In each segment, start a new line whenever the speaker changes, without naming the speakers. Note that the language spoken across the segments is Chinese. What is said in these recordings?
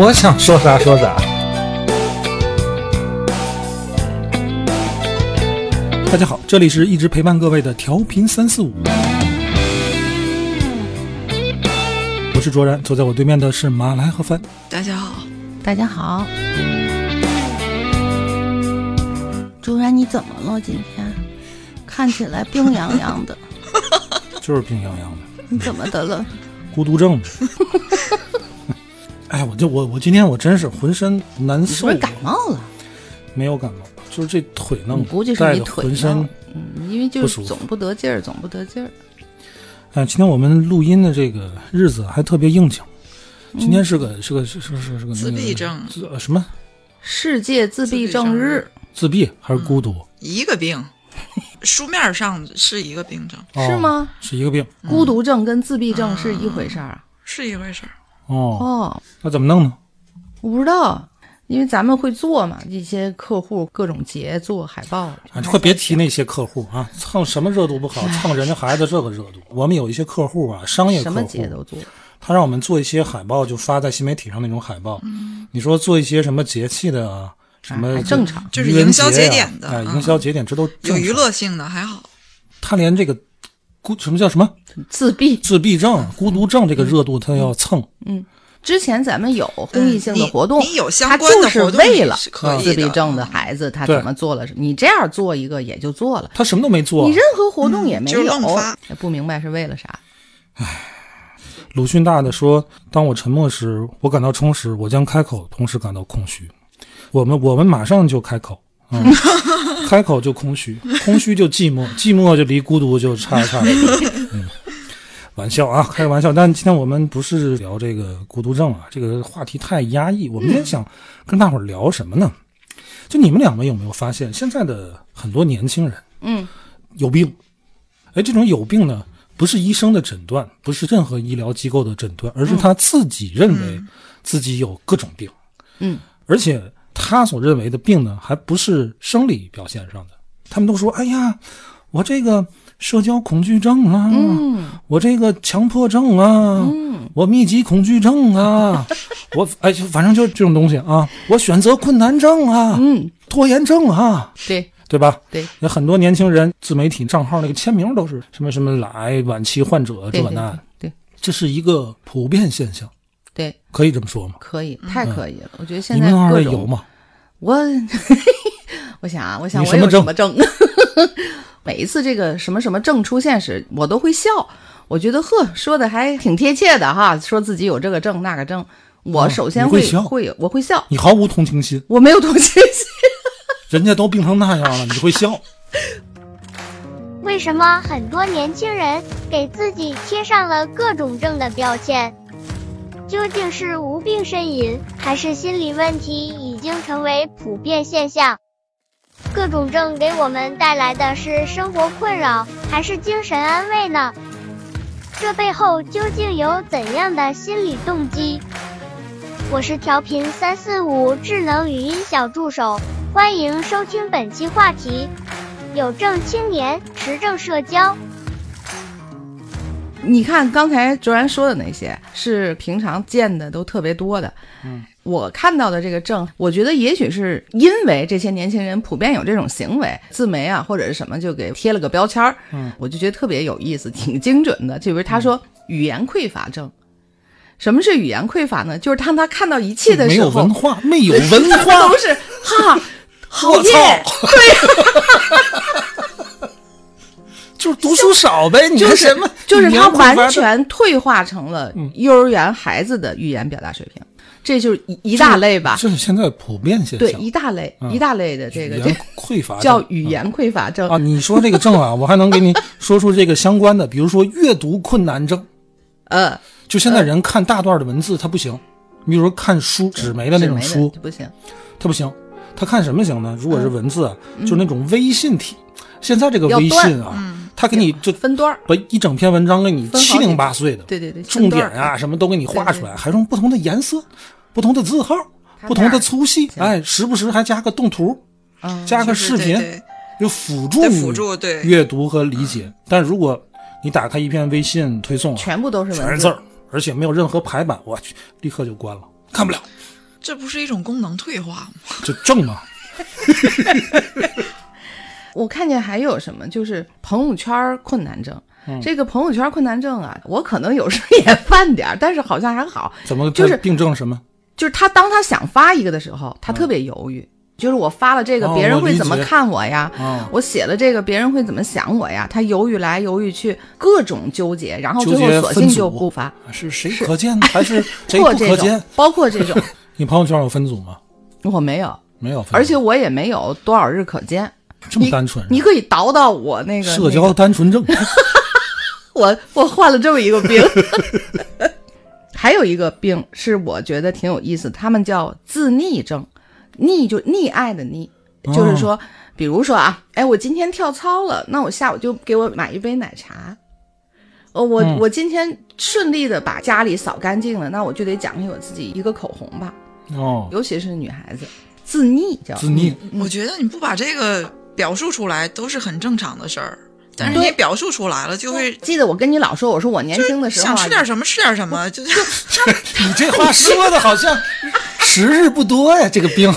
我想说啥说啥。大家好，这里是一直陪伴各位的调频三四五，我是卓然，坐在我对面的是马来和帆。
大家好，
大家好，主然你怎么了？今天看起来病怏怏 的，
就是病怏怏的，
你怎么的了？
孤独症。 哎，我就我我今天我真是浑身难
你是
受
不是，感冒了？
没有感冒，就是这腿呢，
你估计是
带
你
着
腿
浑
闹
身
了，嗯，因为就
不
是
舒服
总不得劲儿，总不得劲儿。
哎，今天我们录音的这个日子还特别应景，
嗯
今天是个是个是是是是个那个
自闭症
自呃什么
世界自闭症日
自闭还是
嗯
孤独、
一个病，书面上是一个病症，
哦
是吗？
是一个病
孤独症跟自闭症是一回事儿啊？
是一回事儿。
哦，
哦，
那怎么弄呢？
我不知道，因为咱们会做嘛，一些客户各种节做海报，
啊，快别提那些客户啊，蹭什么热度不好，蹭人家孩子这个热度。我们有一些客户啊，商业
哎什
客
么节
户，
都做。
他让我们做一些海报，就发在新媒体上那种海报。
嗯
你说做一些什么节气的啊，什么
还
这
正常
哎就是
愚人
营销
节
节
呀
点的
哎，
嗯
营销节点这都
有
正
娱
常。
乐性的还好，
他连这个孤什么叫什么
自闭
自闭症、孤独症这个热度，他要蹭。
之前咱们有公益性的活动，
嗯你你有相关的
它就
活
是
动
为了
是可以的嗯
自闭症的孩子他
对
怎么做了，你这样做一个也就做了，
他什么都没做
你。任何活动也没
嗯
有
就是愣发，
也不明白是为了
啊
啥。
鲁迅大大说：“当我沉默时，我感到充实；我将开口，同时感到空虚。”我们我们马上就开口，嗯，开口就空虚，空虚就寂寞，寂寞就离孤独就差差了。嗯，玩笑啊，开个玩笑。但今天我们不是聊这个孤独症啊，这个话题太压抑。我们今天想跟大伙儿聊什么呢？就你们两位有没有发现，现在的很多年轻人，
嗯，
有病，哎，这种有病呢，不是医生的诊断，不是任何医疗机构的诊断，
嗯
而是他自己认为自己有各种病，
嗯，
而且他所认为的病呢，还不是生理表现上的，他们都说，哎呀，我这个社交恐惧症啊，
嗯
我这个强迫症啊，我密集恐惧症 啊，我哎，就反正就是这种东西啊，我选择困难症啊，
嗯，
拖延症啊，
对
对吧？
对，
有很多年轻人自媒体账号那个签名都是什么什么来晚期患者
对
这
对
那，
对
这是一个普遍现象，
对，
可以这么说吗？
可
嗯
以，太可以了。我觉得现
你
在
们二
各
位有
种
吗？
我，我想啊，我想
你
我
什么
有
症
什么症？ 每一次这个什么什么症出现时，我都会笑。我觉得呵，说的还挺贴切的哈，说自己有这个症那个症。我
哦
首先
你会
会、
笑
会有我会笑，
你毫无同情心，
我没有同情心。
人家都病成那样了，你会笑。
为什么很多年轻人给自己贴上了各种症的标签？究竟是无病呻吟，还是心理问题已经成为普遍现象？各种症给我们带来的是生活困扰，还是精神安慰呢？这背后究竟有怎样的心理动机？我是调频三四五智能语音小助手，欢迎收听本期话题。有证青年，持证社交。
你看刚才卓然说的那些，是平常见的都特别多的。嗯，我看到的这个症，我觉得也许是因为这些年轻人普遍有这种行为，自媒啊或者是什么就给贴了个标签儿。
嗯，
我就觉得特别有意思，挺精准的。就比如他说语言匮乏症，什么是语言匮乏呢？就是当他看到一切的
没
时
有
候
文，化，没有文
他
化
都，是哈。好
我操
耶！
就是读书少呗。你
就
这
是
什么？
就是
你
他
连匮乏
完
症
全退化成了
嗯
幼儿园孩子的语言表达水平，这就是一一大类吧？
这是现在普遍现
啊对，
象。
一大类、
嗯
一大类的这
语
个
言
这
匮乏
叫
症
语言匮乏症。
啊，你说这个症啊，我还能给你说出这个相关的，比如说阅读困难症。
呃，
就现在人看大段的文字他不行，你比如说看书，纸媒的那种
纸媒
书
的，不行，
它不行。它看什么行呢？如果是
嗯
文字啊，就是那种微信体。现在这个
要
微
端
信啊，它给你就
分段儿。
把一整篇文章给你
嗯分好
七
几
零八碎的，
对对对，
重
分段
点
儿
啊，什么都给你画
对对
出来，还用不同的颜色、不同的字号、
它
不同
这
的
儿
粗细，
行
哎，时不时还加个动图，
嗯
加个
就是
视频
对，对
就辅助
对
你
辅助对
阅读和理解。但如果你打开一篇微信推送啊，
全部都是
全
文
是字儿，而且没有任何排版，我去，立刻就关了，看不了，
这不是一种功能退化吗？
就正嘛。
我看见还有什么，就是朋友圈困难症。
嗯
这个朋友圈困难症啊，我可能有时候 也犯点儿，但是好像还好。
怎么
就是
定正什么？
就是他当他想发一个的时候，他特别犹豫，就是我发了这个，
嗯哦
别人
我理
会
解
怎么看我呀？
嗯
我写了这个，别人会怎么想我呀？他犹豫来犹豫去，各种纠结，然后最
纠结
后索性
分组
就不发。
啊是谁可 见还是谁
包括
不可
这种
见？，
包括 这种，
你朋友圈有分组吗？
我没有，
没有分组，
而且我也没有多少日可见。
这么单纯，啊
你可以倒到我那个
社
那
交
个
单纯 症。
我我患了这么一个 病。 还有一个病是我觉得挺有意思，他们叫自溺症，溺就溺爱的溺，
哦
就是说，比如说啊，哎，我今天跳操了，那我下午就给我买一杯奶茶。哦，我、
嗯
我今天顺利的把家里扫干净了，那我就得奖励我自己一个口红吧，
哦，
尤其是女孩子，自溺叫
自溺，
我觉得你不把这个表述出来都是很正常的事儿，但是
对
你表述出来了，就会
记得我跟你老说，我说我年轻的时候、啊、
想吃点什么吃点什么， 就是
你这话说的好像时日不多呀，这个病。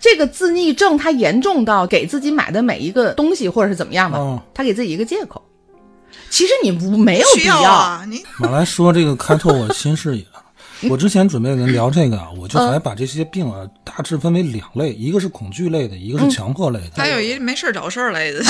这个自溺症，它严重到给自己买的每一个东西或者是怎么样吧，
嗯
哦
他给自己一个借口。其实你不没有必
需要啊，你
马来说这个开拓我新视野。我之前准备跟聊这个啊，我就还把这些病啊大致分为两类，一个是恐惧类的，一个是强迫类的。
还有一没事儿找事儿来 的，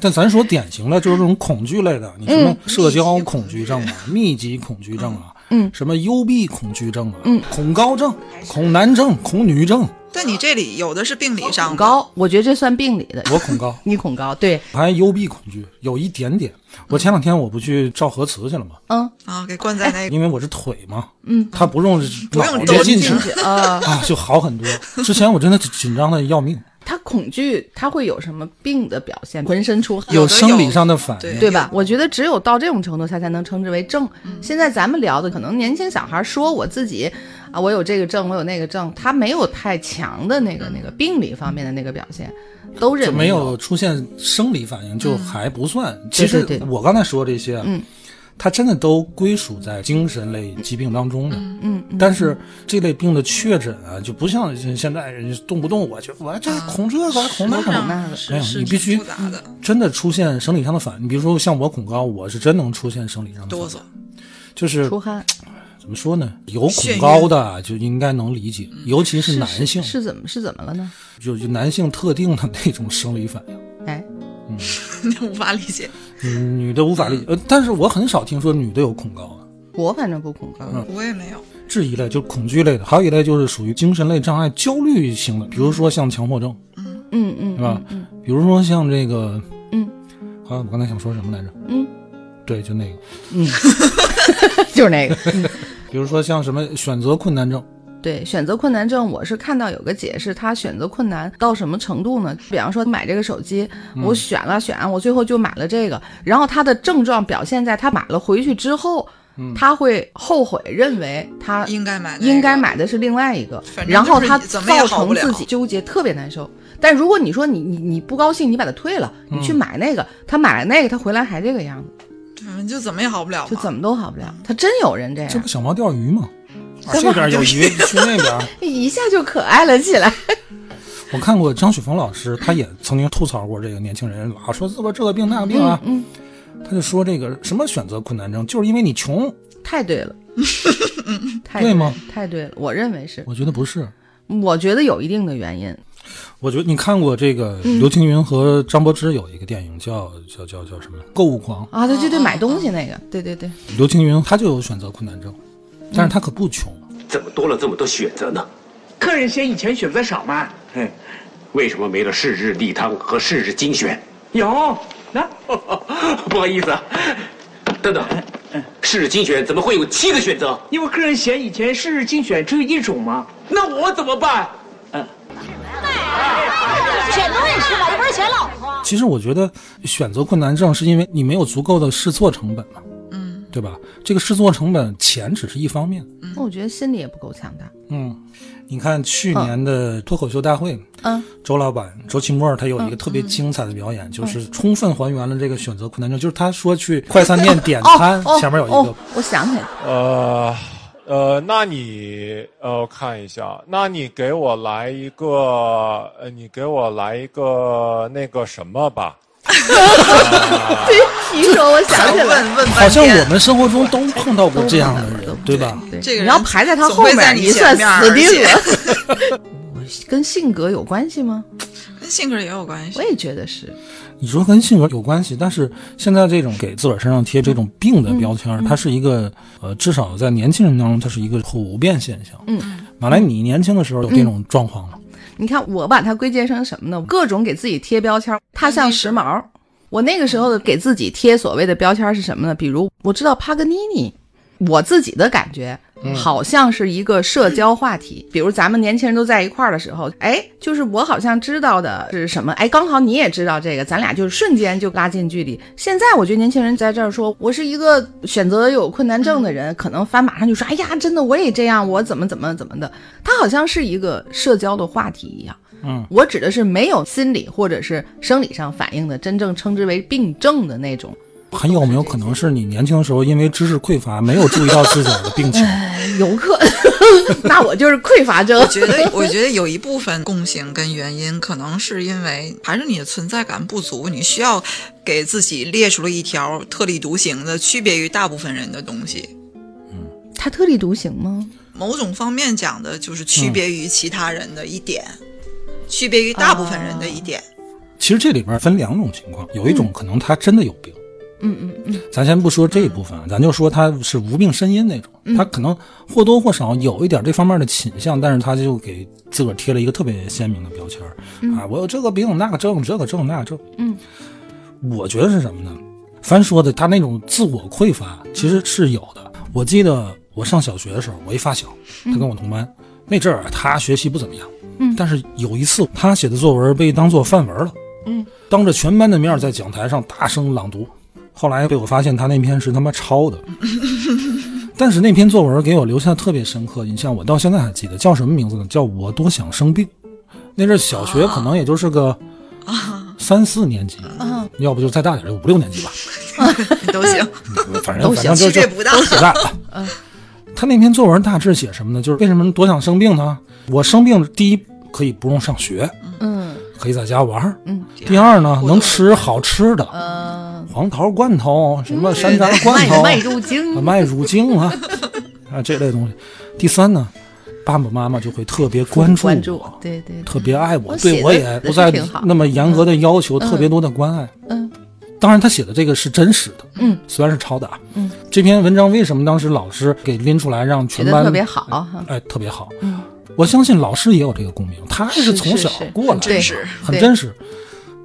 但咱说典型的就是这种恐惧类的，你什么社交恐惧症啊、密集恐惧症啊，嗯，什么幽闭恐惧症啊，嗯，恐高症、恐男症、恐女症，
但你这里有的是病理上
恐
的，
高，我觉得这算病理的。，
我恐高
你恐高，对，
还幽闭恐惧有一点点。我前两天我不去照核磁去了吗？
嗯，
啊，给灌在那个
因为我是腿嘛，嗯，他不用
不
脑
用
子
都
进
进
去
去
呃，
啊，就好很多。之前我真的紧张的要命，
他恐惧，他会有什么病的表现？浑身出汗，
有的
生理上的反应
对。
对吧？我觉得只有到这种程度，他才能称之为症。现在咱们聊的，可能年轻小孩说我自己啊，我有这个症，我有那个症，他没有太强的那个那个病理方面的那个表现，都认
就
为
没有出现生理反应，就还不算。其实
对对
我刚才说这些，嗯，它真的都归属在精神类疾病当中的。嗯，但是这类病的确诊啊，就不像现在人家动不动我就我这恐这个恐那
是
个
啊。
上是
没有，
是
你必须
复杂的
真的出现生理上的反应，比如说像我恐高，我是真能出现生理上的
哆
反
嗦
应，，就是
出汗。
怎么说呢？有
眩
恐
晕
高的啊就应该能理解，尤其是男性，
嗯是怎么是怎么了呢？
就就男性特定的那种生理反应。
哎，
无法理解，
嗯，女的无法理解，呃，但是我很少听说女的有恐高啊。
我反正不恐高。
嗯
我也没有，
这一类就是恐惧类的，还有一类就是属于精神类障碍、焦虑型的，比如说像强迫症，
嗯嗯，
对吧？比如说像这个，
嗯，
啊，我刚才想说什么来着？
嗯，
对，就那个，
就是那个。
比如说像什么选择困难症，
对，选择困难症，我是看到有个解释，他选择困难到什么程度呢？比方说买这个手机，
嗯
我选了选，我最后就买了这个，然后他的症状表现在他买了回去之后，
嗯
他会后悔，认为他
应该买那个
啊应该买的是另外一个，
反正
然后
就是
他
怎么也
造
好
成
不了
自己纠结，特别难受。但如果你说你你你不高兴，你把它退了，你
嗯
去买那个，他买了那个，他回来还这个样子，
反正就怎么也好不了
就
嘛。
怎么都好不嗯了。他真有人这样，
这不小猫钓鱼吗？啊、
小
这
猫
边有鱼，去那边。
一下就可爱了起 来。
我看过张雪峰老师，他也曾经吐槽过这个年轻人，老说这个这个病那个病啊，
嗯，
他就说这个什么选择困难症，就是因为你穷。
太对 了，太
对吗
了？太对了，我认为是，
我觉得不是，
我觉得有一定的原因。
我觉得你看过这个
嗯
刘青云和张柏芝有一个电影叫叫叫叫什么《购物狂》，
啊，对对对，买东西那个，哦对对对，
刘青云他就有选择困难症，但是他可不穷，
嗯
怎么多了这么多选择呢？
客人嫌以前选择少吗？
嘿，为什么没了是日例汤和 是日精选？
有，那、
不好意思啊，等等，是精选怎么会有七个选择？
因为个人嫌以前事事精选只有一种嘛。
那我怎么办？
选东西吃吧，又不是选老婆。
其实我觉得选择困难症是因为你没有足够的试错成本嘛，嗯，对吧？这个试错成本钱只是一方面，
那我觉得心理也不够强大。
嗯，你看去年的脱口秀大会，
嗯，
周老板周奇墨他有一个特别精彩的表演，就是充分还原了这个选择困难症，就是他说 去快餐店点餐，前面有一
哦
个，
我想起来 了，
呃，呃，那你呃，我看一下，那你给我来一个，呃，你给我来一个那个什么吧。
你一说我想
想
起来了。哦
问问
好
半
像
天，
我们生活中都碰到过这样的人，对吧？
对，
这个人
你要排在他后
总会在
面，
你
算
前面
死定了
而。
跟性格有关系吗？
跟性格也有关系
我。也觉得是。
你说跟性格有关系，但是现在这种给自个儿身上贴这种病的标签儿，它是一个呃，至少在年轻人当中，它是一个普遍现象。
嗯，
马来，你年轻的时候有这种状况吗？
你看，我把它归结成什么呢？各种给自己贴标签儿，它像时髦。我那个时候的给自己贴所谓的标签儿是什么呢？比如我知道帕格尼尼，我自己的感觉好像是一个社交话题。比如咱们年轻人都在一块儿的时候，哎，就是我好像知道的是什么，哎，刚好你也知道这个，咱俩就是瞬间就拉近距离。现在我觉得年轻人在这儿说我是一个选择有困难症的人，可能翻马上就说，哎呀，真的我也这样，我怎么怎么怎么的，他好像是一个社交的话题一样。
嗯
我指的是没有心理或者是生理上反应的，真正称之为病症的那 种。
还有没有可能是你年轻的时候因为知识匮乏，没有注意到自己的 病情？
游客， 那我就是匮乏症
我。觉得，我觉得有一部分共性跟原因，可能是因为还是你的存在感不足，你需要给自己列出了一条特立独行的、区别于大部分人的东西。
他特立独行吗？
某种方面讲的就是
嗯
区别于其他人的一点，区别于大部分人的一点。
哦其实这里边分两种情况，有一种可能他真的有病，
嗯嗯嗯，嗯
咱先不说这一部分啊，咱就说他是无病呻吟那种，他可能或多或少有一点这方面的倾向，但是他就给自个儿贴了一个特别鲜明的标签儿、啊，我有这个病那个症，这个症那个症。
嗯，
我觉得是什么呢？凡说的他那种自我匮乏其实是有的。我记得我上小学的时候，我一发小，他跟我同班，那阵儿啊他学习不怎么样，
嗯
但是有一次他写的作文被当做范文了，
嗯，
当着全班的面在讲台上大声朗读。后来被我发现他那篇是他妈 抄的，但是那篇作文给我留下特别深刻印象，我到现在还记得，叫什么名字呢？叫我多想生病。那阵儿小学可能也就是个
啊
三四年级，要不就再大点儿就五六年级吧，
嗯
都行，
反
都
正
行
反正就
区
就
别不大
不大 了。
嗯
他那篇作文大致写什么呢？就是为什么多想生病呢？我生病，第一可以不用上学，
嗯
可以在家玩儿；
嗯
第二呢，
活动
能吃好吃的，
呃，
黄桃罐头，什
嗯
么山楂罐
麦
头，
麦入京
啊，，卖乳精啊啊这类东西。第三呢，爸爸妈妈就会特别关注我，
关注，对对，对
特别爱我，
我写
对
的
我也不再
挺好
那么严格的要求，
嗯
特别多的关爱。
嗯，
当然，他写的这个是真实的，
嗯，
虽然是抄的啊，
嗯，
这篇文章为什么当时老师给拎出来让
觉
全
得
班
特别好哈。
哎，特别好，
嗯，
我相信老师也有这个共鸣，他也
是
从
是
小
是
过来的，
对
真是
很
对
真实。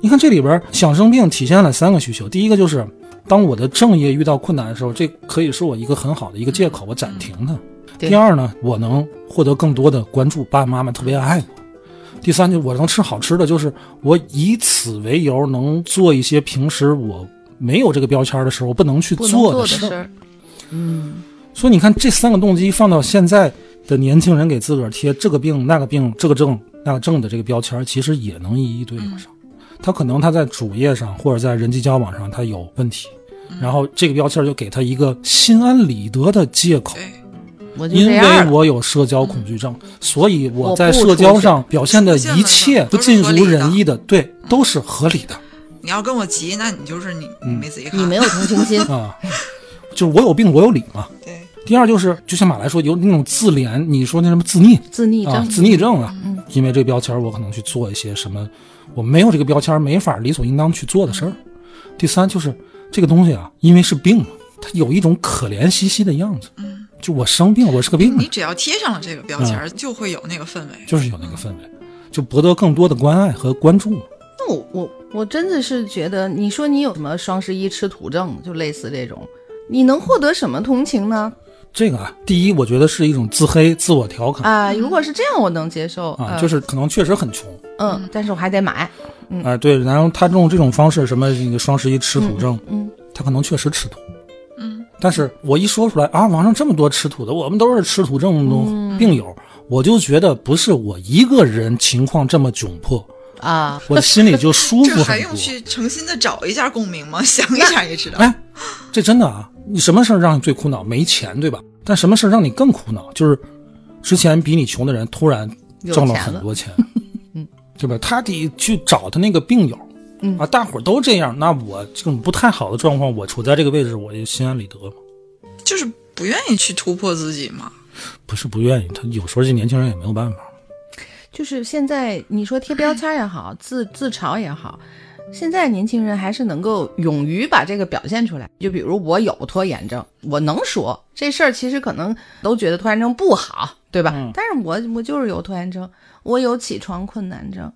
你看这里边儿想生病体现了三个需求，第一个就是当我的正业遇到困难的时候，这可以是我一个很好的一个借口，我暂停它。
嗯对
第二呢，我能获得更多的关注，爸爸妈妈特别爱我。第三就是我能吃好吃的，就是我以此为由能做一些平时我没有这个标签儿的时候我不能去
不能做
的
的
事儿。
儿，
所以你看，这三个动机放到现在的年轻人给自个儿贴这个病、那个病、这个症、那个症的这个标签儿，其实也能一一对应上。他可能他在主业上或者在人际交往上他有问题，然后这个标签儿就给他一个心安理得的借口，
对，
我就
因
这
为
样了。
我有社交恐惧症，所以我
我
在
不
社
出
交
去
上表现的
出现
一
了
切不
都是
尽
合
如
理的
人意的，对，都是合理的。
你要跟我急，那你就是你，
嗯
你没仔细看，
你没有同情心，
啊，就是我有病我有理嘛。
对，
第二就是，就像马来说，有那种自怜，你说那什么自溺
自逆
啊
症，，
自溺症啊，因为这个标签儿，我可能去做一些什么，我没有这个标签儿没法理所应当去做的事儿。第三就是这个东西啊，因为是病嘛，它有一种可怜兮兮的样子，就我生病，我是个病
你
人，
只要贴上了这个标签
嗯
儿，就会有那个氛围。
就是有那个氛围，就博得更多的关爱和关注嘛。
那我我我真的是觉得，你说你有什么双十一吃土症，就类似这种，你能获得什么同情呢？
这个啊，第一，我觉得是一种自黑、自我调侃
啊、如果是这样，我能接受
啊，
嗯
就是可能确实很穷，
嗯，但是我还得买，嗯
哎，对，然后他用这种方式，什么那个双十一吃土症，
嗯，
他可能确实吃土，
嗯，
但是我一说出来啊，网上这么多吃土的，我们都是吃土症
嗯
的病友，我就觉得不是我一个人情况这么窘迫，
啊，
我心里就舒服
这还
很
用
多。
去诚心的找一下共鸣 吗？想一下也知道。
哎，这真的啊，你什么事儿让你最苦恼？没钱，对吧？但什么事儿让你更苦恼？就是之前比你穷的人突然挣很多 钱，
嗯，
对吧？他得去找他那个病友，
嗯
啊，大伙儿都这样，那我这种不太好的状况，我处在这个位置，我就心安理得嘛。
就是不愿意去突破自己嘛。
不是不愿意，他有时候这年轻人也没有办法。
就是现在你说贴标签也好，自自嘲也好，现在年轻人还是能够勇于把这个表现出来。就比如我有拖延症，我能说这事儿，其实可能都觉得拖延症不好，对吧？但是我我就是有拖延症，我有起床困难症，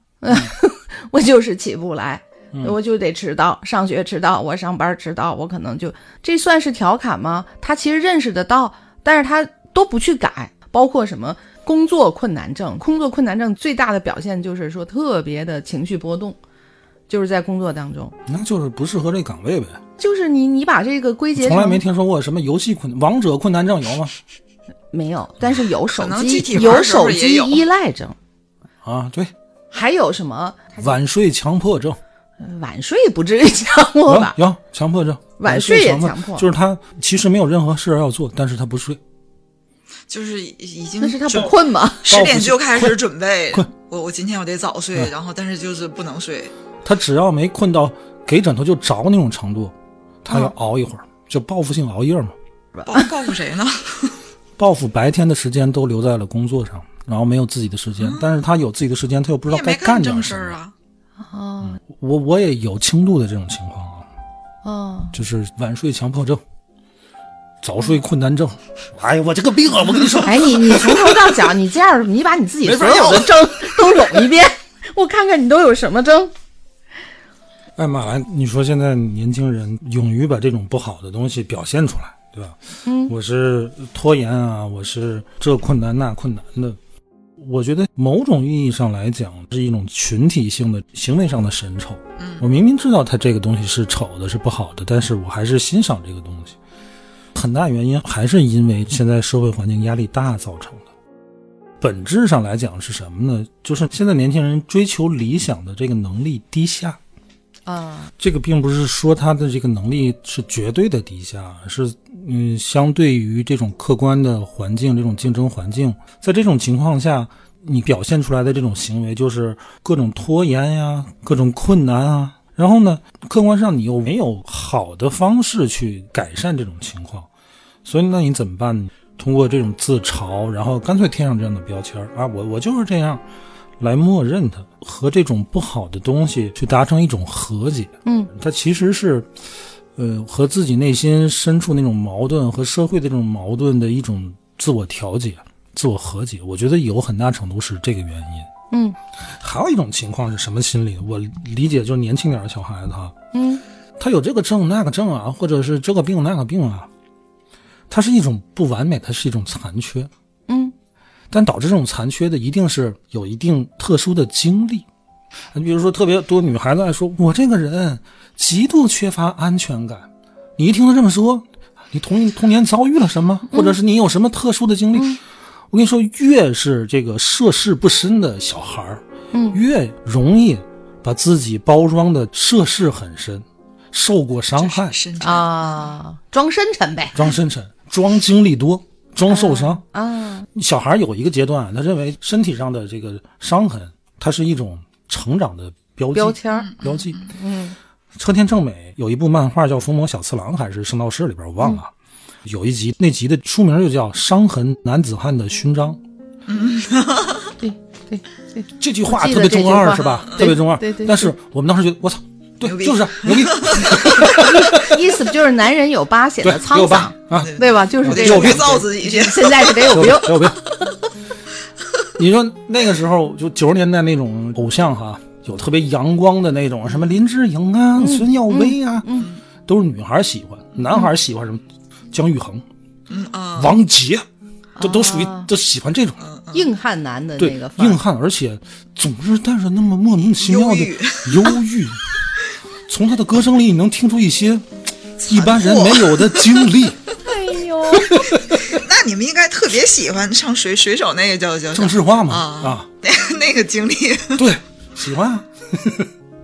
我就是起不来。我就得迟到，上学迟到，我上班迟到，我可能就这算是调侃吗？他其实认识得到，但是他都不去改，包括什么工作困难症。工作困难症最大的表现就是说特别的情绪波动，就是在工作当中，
那就是不适合这岗位呗，
就是你你把这个归结
从来
成
没听说过什么游戏困、王者困难症有吗？
没有，但是有手
可能具体
机
玩
有
的时候
手
也
机
有
依赖症，
啊，对，
还有什么
晚睡强迫症。
晚睡不至于强迫吧？
有有强迫症，
晚
晚
睡也
强
强迫
就是他其实没有任何事儿要做，但是他不睡，
就是已经
那是他不
准
困吗？
十点就开始准备
困，
我我今天我得早睡，
嗯
然后但是就是不能睡，
他只要没困到给枕头就着那种程度，他要
嗯
熬一会儿，就报复性熬夜嘛，
报报复谁呢？
报复白天的时间都留在了工作上，然后没有自己的时间，但是他有自己的时间，他又不
你
知道该
也没
干
干
点
正
什
事儿
么。
啊。
哦
我我也有轻度的这种情况啊，
哦，
就是晚睡强迫症。早睡困难症， 哎呀，我这个病啊！我跟你说，
哎，你你从头到脚，你这样，你把你自己
没法
所有的
要
症都拢一遍，我看看你都有什么症。
哎，马兰，你说现在年轻人勇于把这种不好的东西表现出来，对吧？嗯，我是拖延啊，我是这困难那困难的。我觉得某种意义上来讲，是一种群体性的行为上的审丑。嗯，我明明知道他这个东西是丑的，是不好的，但是我还是欣赏这个东西。很大原因还是因为现在社会环境压力大造成的。本质上来讲是什么呢？就是现在年轻人追求理想的这个能力低下。
嗯
啊、
这个并不是说他的这个能力是绝对的低下，是嗯，相对于这种客观的环境，这种竞争环境，在这种情况下，你表现出来的这种行为就是各种拖延呀，各种困难啊。然后呢，客观上你又没有好的方式去改善这种情况，所以那你怎么办呢？通过这种自嘲，然后干脆贴上这样的标签儿啊，我我就是这样，来默认它，和这种不好的东西去达成一种和解。
嗯，
它其实是，呃，和自己内心深处那种矛盾和社会的这种矛盾的一种自我调节、自我和解。我觉得有很大程度是这个原因。
嗯，
还有一种情况是什么心理？我理解就是年轻点儿的小孩子哈，
嗯，
他有这个症那个症啊，或者是这个病那个病啊，它是一种不完美，它是一种残缺。
嗯，
但导致这种残缺的一定是有一定特殊的经历。你比如说，特别多女孩子爱说：“我这个人极度缺乏安全感。”你一听她这么说，啊你童童年遭遇了什
嗯
么，或者是你有什么特殊的经历？我跟你说，越是这个涉世不深的小孩儿，
嗯
越容易把自己包装的涉世很深，受过伤害
这，是深沉
啊，装深沉呗。
装深沉，装经历多，装受伤。
啊，
小孩有一个阶段，他认为身体上的这个伤痕，它是一种成长的标记。
标签儿，
标记。嗯，车田正美有一部漫画叫《伏魔小次郎》还是《圣斗士》里边，我忘
嗯
了。嗯有一集，那集的书名就叫《伤痕男子汉的勋章》。
嗯对对对，
这句话
我记
特
得
别
这
中
句
二
话
是吧？
嗯
特别中二。
对对对
但是我们当时觉得，我操，对
牛，逼
就是啊牛 逼，
意思不就是男人有疤显
对
得，
给
沧
我爸
桑，
啊，
对吧？就是
我得
这
有病
个。
造自己去。
现在是得有病
有病。你说那个时候就九十年代那种偶像哈，有特别阳光的
嗯
那种，什么林志颖啊、孙耀威啊，都是女孩喜欢，男孩喜欢什么？姜育恒、
嗯啊，
王杰，这都属于
啊
都喜欢这种
硬汉男的
对
那个范儿
硬汉，而且总是带着那么莫名其妙的忧郁。从他的歌声里，你能听出一些一般人没有的经 历。
哎
那你们应该特别喜欢唱水水手那个叫叫
郑智化嘛
啊
啊，
那 那个经历，
嗯
对，喜欢啊，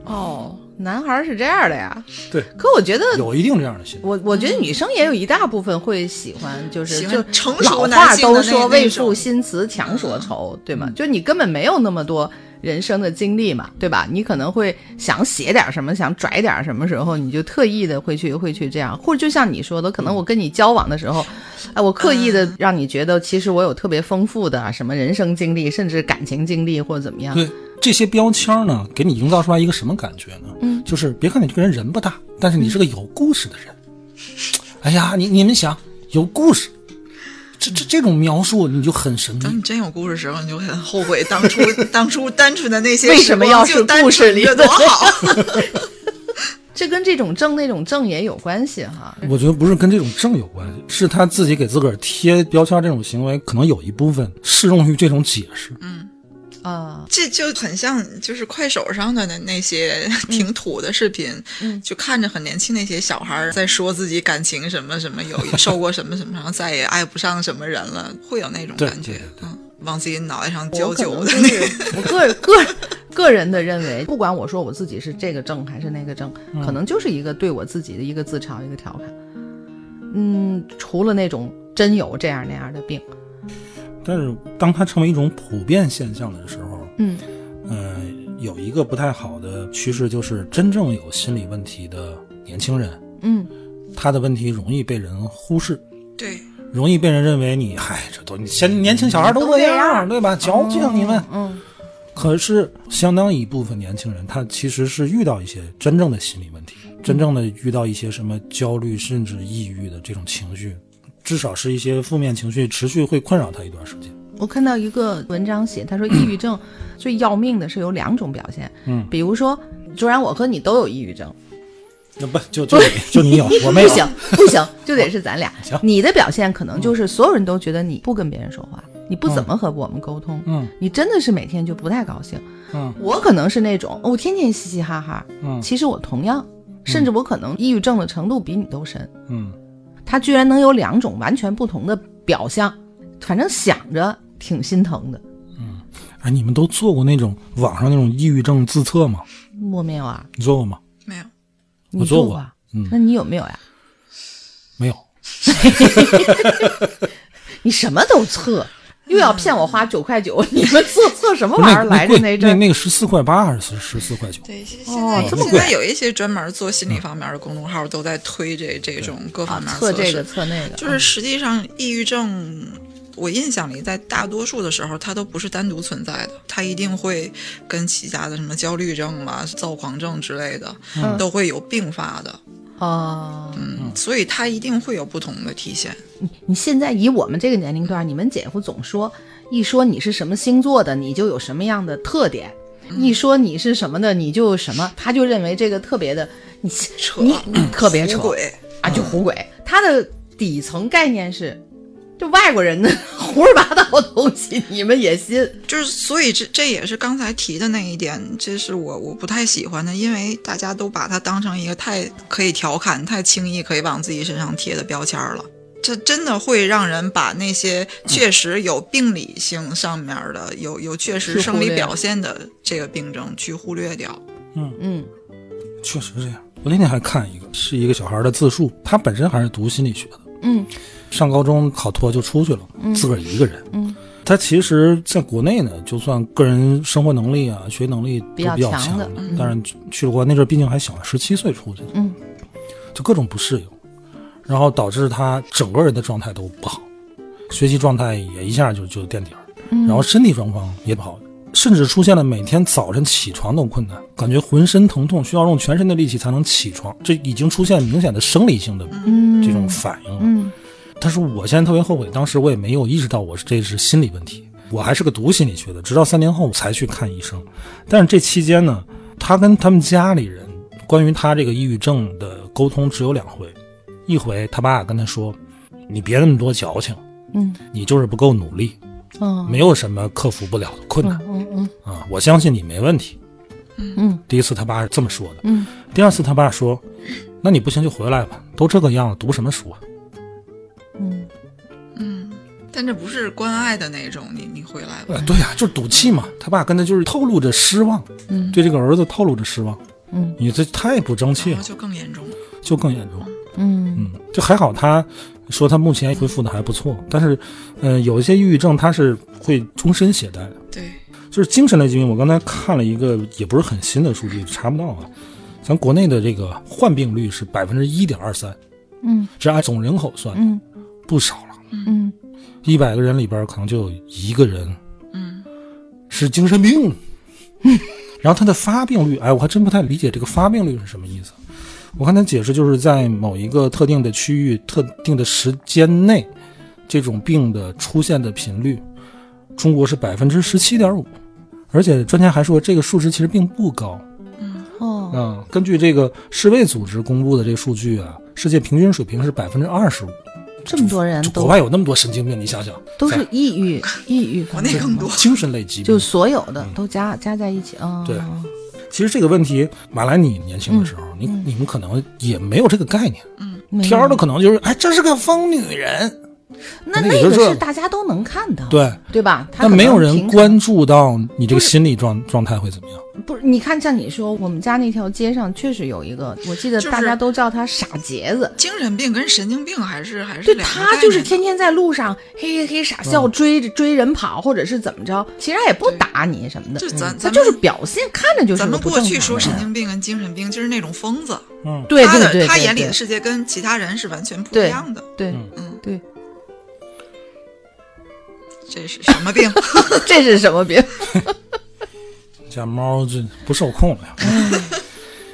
哦，男孩儿是这样的呀。
对，
可我觉得
有一定这样的心理。
我我觉得女生也有一大部分会喜欢，就是
喜欢
就
成
老
熟男
话
性的
都
那
说
那种
未
嗯
赋新词强说愁，对吗？就你根本没有那么多人生的经历嘛，对吧？你可能会想写点什么，想拽点什么时候，你就特意的会去会去这样，或者就像你说的，可
嗯
能我跟你交往的时候，哎，我刻意的让你觉得其实我有特别丰富的什么人生经历，甚至感情经历或者怎么样。
对这些标签儿呢，给你营造出来一个什么感觉呢？嗯，就是别看你这个人人不大，但是你是个有故事的人。哎呀，你你们想有故事，这这这种描述你就很神
等
秘。
你真有故事的时候，你就很后悔 当初当初单纯的那些
为什么要是故事里
的多好？
这跟这种正那种正也有关系哈。
我觉得不是跟这种症有关系，是他自己给自个儿贴标签儿这种行为，可能有一部分适用于这种解释。
啊、
这就很像就是快手上的那那些
嗯
挺土的视频，就看着很年轻的一些小孩儿在说自己感情什么什么有受过什么什么，然后再也爱不上什么人了，会有那种
对
感觉
对对，
嗯，往自己脑袋上
我
浇
可
酒
能
的
就
那个。
是 我个个个人的认为，不管我说我自己是这个正还是那个正，可
嗯
能就是一个对我自己的一个自嘲，一个调侃。嗯，除了那种真有这样那样的病，
但是当它成为一种普遍现象的时候，
嗯，
呃，有一个不太好的趋势，就是真正有心理问题的年轻人，
嗯，
他的问题容易被人忽视，
对，
容易被人认为你，嗨，这都你现年轻小孩都这样，对吧？矫情你们。
嗯，
可是相当一部分年轻人，他其实是遇到一些真正的心理问题，
嗯
真正的遇到一些什么焦虑甚至抑郁的这种情绪，至少是一些负面情绪持续会困扰他一段时间。
我看到一个文章写，他说抑 郁症最要命的是有两种表现，
嗯
比如说，卓然我和你都有抑郁症，
那不就就你就你有，我没
不
有。
行不 行，就得是咱俩。
行嗯
你的表现可能就是所有人都觉得你不跟别人说话，你不怎么和我们沟通，
嗯
你真的是每天就不太高兴。
嗯
我可能是那种我天天嘻嘻哈哈，
嗯
其实我同样，甚至我可能抑郁症的程度比你都深。
嗯，
他居然能有两种完全不同的表象，反正想着挺心疼的。
哎，你们都做过那种网上那种抑郁症自测吗？
莫没有啊，
你做过吗？
没有，
你
我做过
过啊，
嗯
那你有没有呀？
没有。
你什么都测，又要骗我花九块九，你们测测什么
不
玩
是
意儿来着
贵
那
那
阵儿？
那个十四块八还是十四块九？
对，现
哦
现
这
在
么
现
贵
在有一些专门做心理方面的公众号都在推这这种各方面
啊测
测
这
试
个嗯测那个，
就是实际上抑郁症，我印象里在大多数的时候，它都不是单独存在的，它一定会跟其他的什么焦虑症啦、躁狂症之类的，
嗯
都会有并发的，
哦，
嗯，所以它一定会有不同的体现。
你现在以我们这个年龄段，你们姐夫总说，一说你是什么星座的，你就有什么样的特点；
嗯
一说你是什么的，你就有什么，他就认为这个特别的，你
扯嗯
你你特别扯
出轨，
啊，就胡鬼。他的底层概念是，就外国人的 胡说八道的东西，你们也信？
就是所以这这也是刚才提的那一点，这是我我不太喜欢的，因为大家都把它当成一个太可以调侃、太轻易可以往自己身上贴的标签了。这真的会让人把那些
嗯
确实有病理性上面的、有有确实生理表现的这个病症去忽略掉。
嗯
确实这样。我那天还看一个，是一个小孩的自述，他本身还是读心理学的，
嗯
上高中考托就出去了，自个儿一个人。
嗯
他其实在国内呢，就算个人生活能力啊、学习能力都比
比较
较
强
强
的
的，但是去去了国外那阵儿毕竟还小，十七岁出去，
嗯，
就各种不适应，然后导致他整个人的状态都不好，学习状态也一下就就垫底儿，
嗯
然后身体状况也不好，甚至出现了每天早晨起床都困难，感觉浑身疼痛，需要用全身的力气才能起床，这已经出现明显的生理性的
嗯，
这种反应了。
嗯
但是我现在特别后悔，当时我也没有意识到我是这是心理问题，我还是个读心理学的，直到三年后我才去看医生。但是这期间呢，他跟他们家里人关于他这个抑郁症的沟通只有两回，一回他爸跟他说：“你别那么多矫情，
嗯
你就是不够努力，
嗯
没有什么克服不了的困难
嗯嗯
啊！我相信你没问题。
嗯
第一次他爸是这么说的，
嗯
第二次他爸说：“那你不行就回来吧，都这个样子，读什么书啊
嗯
嗯，但这不是关爱的那种，你你回来？”吧。
呃，对呀、就是赌气嘛。他爸跟他就是透露着失望，
嗯
对这个儿子透露着失望。
嗯
你这太不争气
然
了
后，就更严重了。
就更严重。
嗯
嗯，就还好，他说他目前恢复的还不错，但是，呃，有一些抑郁症他是会终身携带的，
对，
就是精神类疾病。我刚才看了一个也不是很新的数据，查不到啊。咱国内的这个患病率是百分之一点二三，
嗯
是按总人口算，
嗯
不少了。
嗯
一百个人里边儿可能就有一个人
嗯，
是精神 病。然后它的发病率，哎，我还真不太理解这个发病率是什么意思。我看他解释就是在某一个特定的区域、特定的时间内，这种病的出现的频率，中国是百分之十七点五，而且专家还说这个数值其实并不高。
哦
嗯，根据这个世卫组织公布的这个数据啊，世界平均水平是百分之二十五。
这么多人
就国
都
外有那么多神经病，你想想，
都是抑郁抑郁
国
方面
内
的吗，
更多。
精神类疾病
就所有的都加加在一起啊，
嗯对其实这个问题，马来你年轻的时候，你你们可能也没有这个概念，
嗯没
天儿
有
的可能就是，哎，这是个疯女人，
那
那也
那
就
个
是
是大家都能看到，
对，
对吧？他
但
可
没有
能
人
平
关注到你这个心理状状态会怎么样。
常不是？你看，像你说，我们家那条街上确实有一个，我记得
就是
大家都叫他傻杰子。
精神病跟神经病还是还是
对
两个
他
概
就是
念
天天在路上嘿嘿嘿傻
嗯
笑，追着追人跑，或者是怎么着，其实他也不打你什么的
就，
嗯
咱
他
咱
就是
们
表现看着就是
咱
个
们
不
过
正
去
常
说
的
神
人
经病跟精神病就是那种疯子，
嗯，
对
他
对
的
对，
他
对
眼里
对
的世界跟其他人是完全不
对
一样的。
对
嗯
对，
这是什么 病？
这是什么病？ 嗯
家猫这不受控了呀。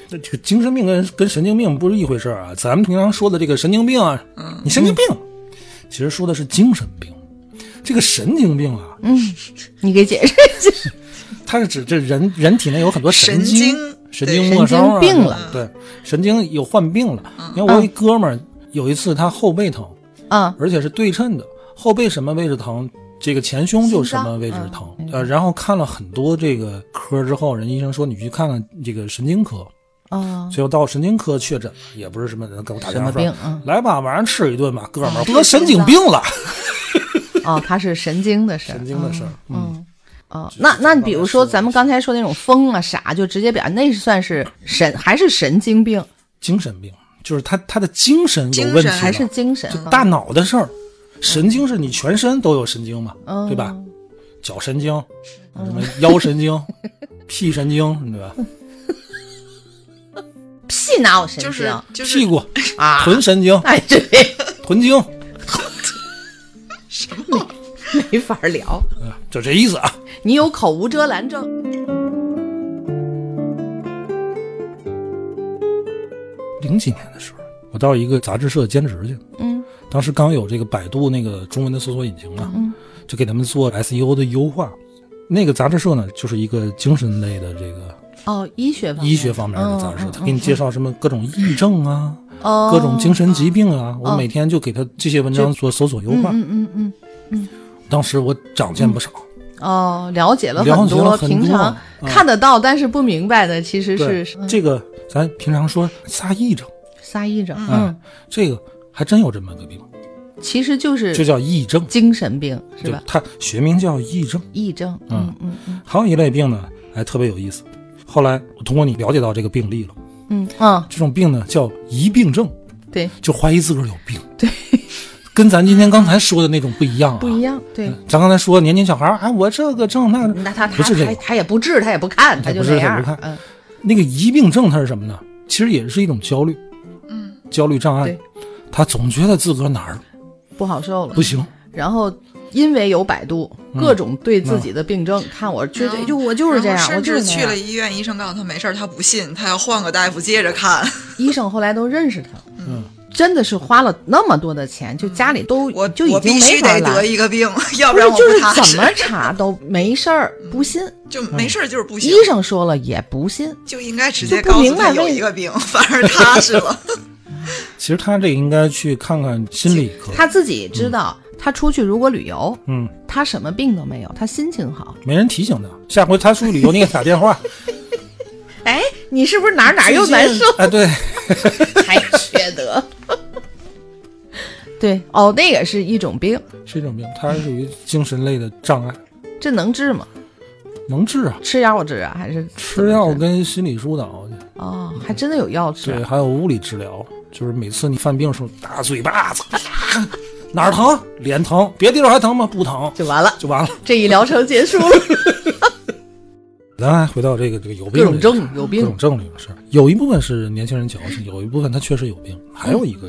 那这个精神病跟跟神经病不是一回事儿啊。咱们平常说的这个神经病啊，
嗯
你神经病，其实说的是精神病。这个神经病啊，
你给解释一下。
它是指这人人体内有很多神
神经
神
对
经末梢啊
神经病了，
对，神经有患病了。
嗯
因为我有一哥们儿有一次他后背疼，
嗯
而且是对称的，后背什么位置疼，这个前胸就什么位置
心
疼
脏。嗯
呃，然后看了很多这个科之后，人医生说你去看看这个神经科，
啊，
最后到神经科确诊，也不是什么人给我打
什
电话
么病
说。
啊？
来吧，晚上吃一顿吧，哥们儿
嗯
得神经病了，
哦，他是神经的事儿，
神经的事儿。嗯，
嗯，哦，那那比如说
就是
咱们刚才说那种疯啊、傻，就直接表那是算是神还是神经病，
精神病就是他他的精神有问题
精
了，
神
还是精神
就
啊？
大脑的事儿，神经是你全身都有神经嘛，
嗯
对吧？脚神经，什么腰神 经、屁神经，对吧？
屁哪有神
就
经
是就是
屁股、
啊？
臀神经、
哎，对，
臀经，
没法聊，
嗯就这意思啊。
你有口无遮拦症。
零几年的时候，我到一个杂志社兼职去，
嗯，
当时刚有这个百度那个中文的搜索引擎嘛，
嗯
就给他们做 SEO 的优化。那个杂志社呢，就是一个精神类的这个
哦，医学方嗯
医学方面的杂志社，他给你介绍什么各种癔症啊，
哦
各种精神疾病啊，我
哦
每天就给他这些文章做搜索优化。
嗯嗯嗯
当时我长见不少，
嗯，哦，了解了
了
很
解了
多，
很
平
多
常
嗯
看得到但是不明白的，其实
对
是嗯
这个咱平常说撒癔症，
撒癔症，
嗯，这个还真有这么个病，
其实就是
就叫癔症，
精神病是
就
吧？
它学名叫癔症。
癔症，嗯嗯嗯
还有一类病呢，哎，特别有意思。后来我通过你了解到这个病例了，
嗯嗯，
这种病呢叫疑病症，
对，
就怀疑自个儿有病。 对，跟咱今天刚才说的那种不一样、啊，
不一。样，对。
咱刚才说年轻小孩儿，哎，我这个症那个，
嗯那他
不
他
是这
他
个，
他也不治，他也不看，
他不
他就
治
那
他也
样
不看。
嗯，
那个疑病症它是什么呢？其实也是一种焦虑，嗯，焦虑障碍
对，
他总觉得自个儿哪儿
不好受了
不。行，嗯
然后因为有百度，各种对自己的病症，看我就
嗯
就我就是这
然后
样，我
甚
就是
至
那
去了
样。
医院，医生告诉他没事儿，他不信，他要换个大夫接着看。
医生后来都认识他，
嗯，
真的是花了那么多的钱，就家里都
我
就已
我
经
必
没
须
法
得
来
得。一个病，要不
不是
然我
就是
踏
怎
实。
么查都没事儿，不信。
就没事儿就是不行
医，生说了也不信，
就应该直接
就不
告
明
诉他
白
有
为
一个病，反而踏实了。
其实他这应该去看看心理科，
他自己知道，他出去如果旅游，
嗯，
他什么病都没有，他心情好。
没人提醒他，下回他出去旅游你给他打电话。
哎，你是不是哪 儿哪儿又
最
难
近
受？
哎，对，
还缺德？ 对，哦，那也是一种病，
是一种病，它是属于精神类的障碍，
这能治吗？
能治啊，
吃药治啊，还是
吃药
怎么
跟心理疏导，
治哦，还真的有药治
对，
啊。
还有物理治疗，就是每次你犯病的时候大嘴巴子，啊哪儿疼？脸疼，别地方还疼吗？不疼
就完了，
就完了。
这一疗程结束 了。
咱还回到这个这个有病
各种
这个
症有病
各种症这个事儿，有一部分是年轻人矫情，有一部分他确实有病，
嗯
还有一个，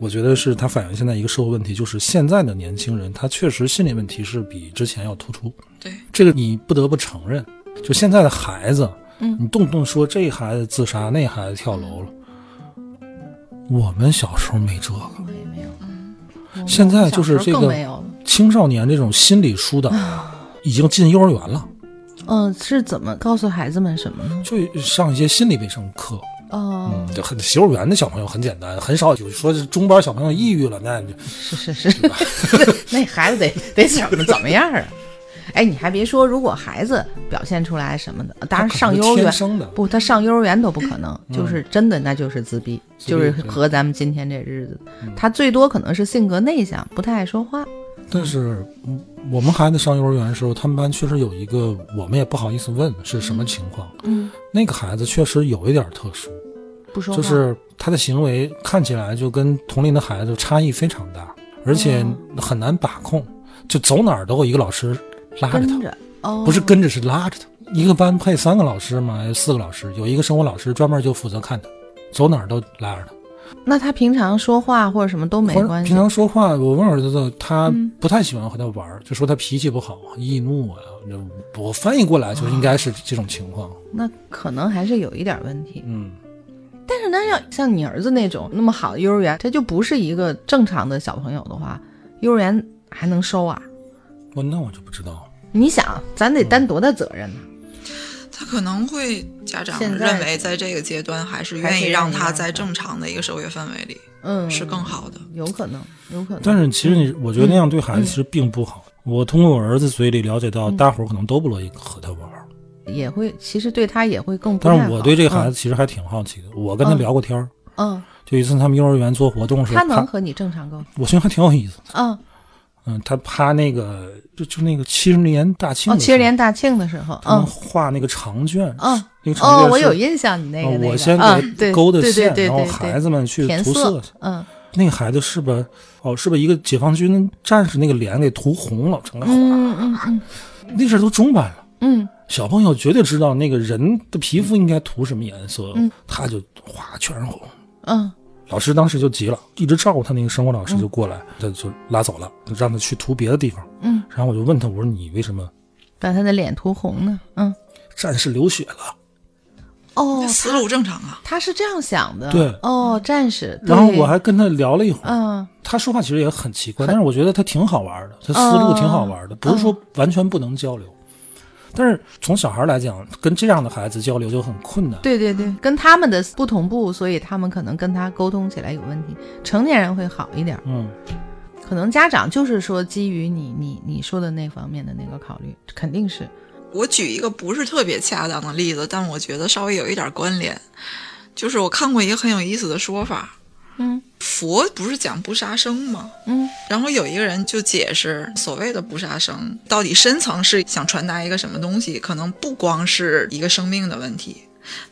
我觉得是他反映现在一个社会问题，就是现在的年轻人他确实心理问题是比之前要突出，
对，
这个你不得不承认，就现在的孩子，
嗯
你动不动说这孩子自杀，那孩子跳楼了，我们小时候没这个，
嗯
现在就是这
更
个
没有了。
青少年这种心理疏导已经进幼儿园了，
嗯，是怎么告诉孩子们什么呢？
就上一些心理卫生课。
哦，
就很幼儿园的小朋友很简单，很少有说是中班小朋友抑郁了，那
是是是， 那孩子得得怎么怎么样啊？哎，你还别说，如果孩子表现出来什么的，当然
可能
上幼儿
天
园
生的嗯
不，他上幼儿园都不可能，就是真的那就是自闭，
闭嗯
就是
对
和咱们今天这日子，他最多可能是性格内向，不太爱说话。
但是嗯我们孩子上幼儿园的时候，他们班确实有一个，我们也不好意思问是什么情况。
嗯，
那个孩子确实有一点特殊，
不说话，
就是他的行为看起来就跟同龄的孩子差异非常大，而
哦
且很难把控，就走哪儿都有一个老师拉着他
跟，着哦，
不是跟着是拉着他。一个班配三个老师嘛，四个老师，有一个生活老师专门就负责看他，走哪儿都拉着他。
那他平常说话或者什么都没
或者
关系嗯
平。常说话，我问儿子，他不太喜欢和他玩儿，就说他脾气不好，易怒啊。就我翻译过来就
啊
应该是这种情况。
那可能还是有一点问题，
嗯，
但是那要像你儿子那种那么好的幼儿园，他就不是一个正常的小朋友的话，幼儿园还能收啊？
我那我就不知道。
你想，咱得
嗯
担多大责任呢、
他可能会家长
现在
认为在这个阶段还是
还
愿
是
意
愿
让
意
他
让
在
他
正常的一个社会氛围里
嗯，
是更好的。
有可能，有可能。
但是其实你，我觉得那样对
嗯
孩子其实并不好。我通过我儿子嘴里了解到，大伙儿可能都不乐意和他玩儿。
也会，其实对他也会更不太
但
好。
是我对这个孩子其实还挺好奇的。我跟他聊过天儿，
嗯，嗯，
就一次他们幼儿园做活动的时
他
候，
能和你正常沟通。
我觉得还挺有意思的。
嗯，
嗯，他趴那个就就那个七十年大庆
哦，
的时
七
候
十年大庆的时候，
他
嗯
们画那个长卷，
嗯，
那个长卷
哦，
是
我有印象，你那个
啊
那个，
我先
嗯
给
对
勾的线，
对对对
然后
对对，
孩子们去
填
涂
色
色。，
嗯
那个孩子是吧？哦，是吧？一个解放军战士那个脸给涂红了，成个红。
嗯嗯嗯
那事儿都中版了，
嗯，
小朋友绝对知道那个人的皮肤应该涂什么颜色，
嗯
他就哗全是红。
嗯，
老师当时就急了，一直照顾他那个生活老师就过来，他就拉走了，就让他去涂别的地方。
嗯，
然后我就问他，我说你为什么
把他的脸涂红呢，嗯，
战士流血了？
哦
那，思路正常啊，
他是这样想的，
对
哦，战士，对
然后我还跟他聊了一会儿，
嗯
他说话其实也很奇怪，但是我觉得他挺好玩的，他思路挺好
嗯
玩的，不是说完全不能交流。但是从小孩来讲，跟这样的孩子交流就很困难。
对对对，跟他们的不同步，所以他们可能跟他沟通起来有问题。成年人会好一点，
嗯，
可能家长就是说基于你你你说的那方面的那个考虑，肯定是
我举一个不是特别恰当的例子，但我觉得稍微有一点关联，就是我看过一个很有意思的说法，
嗯，
佛不是讲不杀生吗？
嗯，
然后有一个人就解释所谓的不杀生，到底深层是想传达一个什么东西？可能不光是一个生命的问题。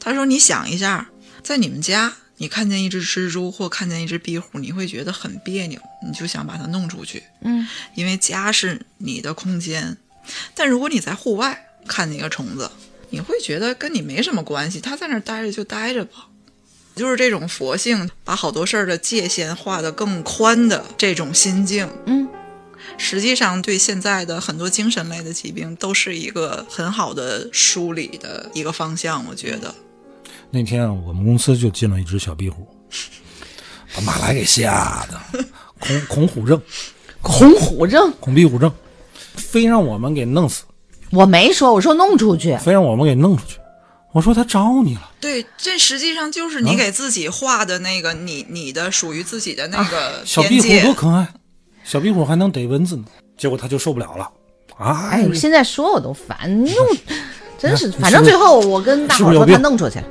他说：“你想一下，在你们家，你看见一只蜘蛛或看见一只壁虎，你会觉得很别扭，你就想把它弄出去。
嗯，
因为家是你的空间。但如果你在户外看见一个虫子，你会觉得跟你没什么关系，它在那儿待着就待着吧。就是这种佛性，把好多事儿的界限画得更宽的这种心境，
嗯，
实际上对现在的很多精神类的疾病都是一个很好的梳理的一个方向，我觉得。
那天啊我们公司就进了一只小壁虎， 把马来给吓 的，恐恐虎症、
恐虎症。
恐壁虎症，非让我们给弄死，
我没说，我说弄出去。
非让我们给弄出去。我说他招你了，
对，这实际上就是你给自己画的那个你你的属于自己的那个
啊小壁
边
虎
界
多。可爱，小壁虎还能逮蚊子呢。结果他就受不了了，啊！
哎，我现在说我都烦， 又真是，
你是
反正
不是
最后我跟大
是
伙
不
儿
是有
说他
病
弄出去了，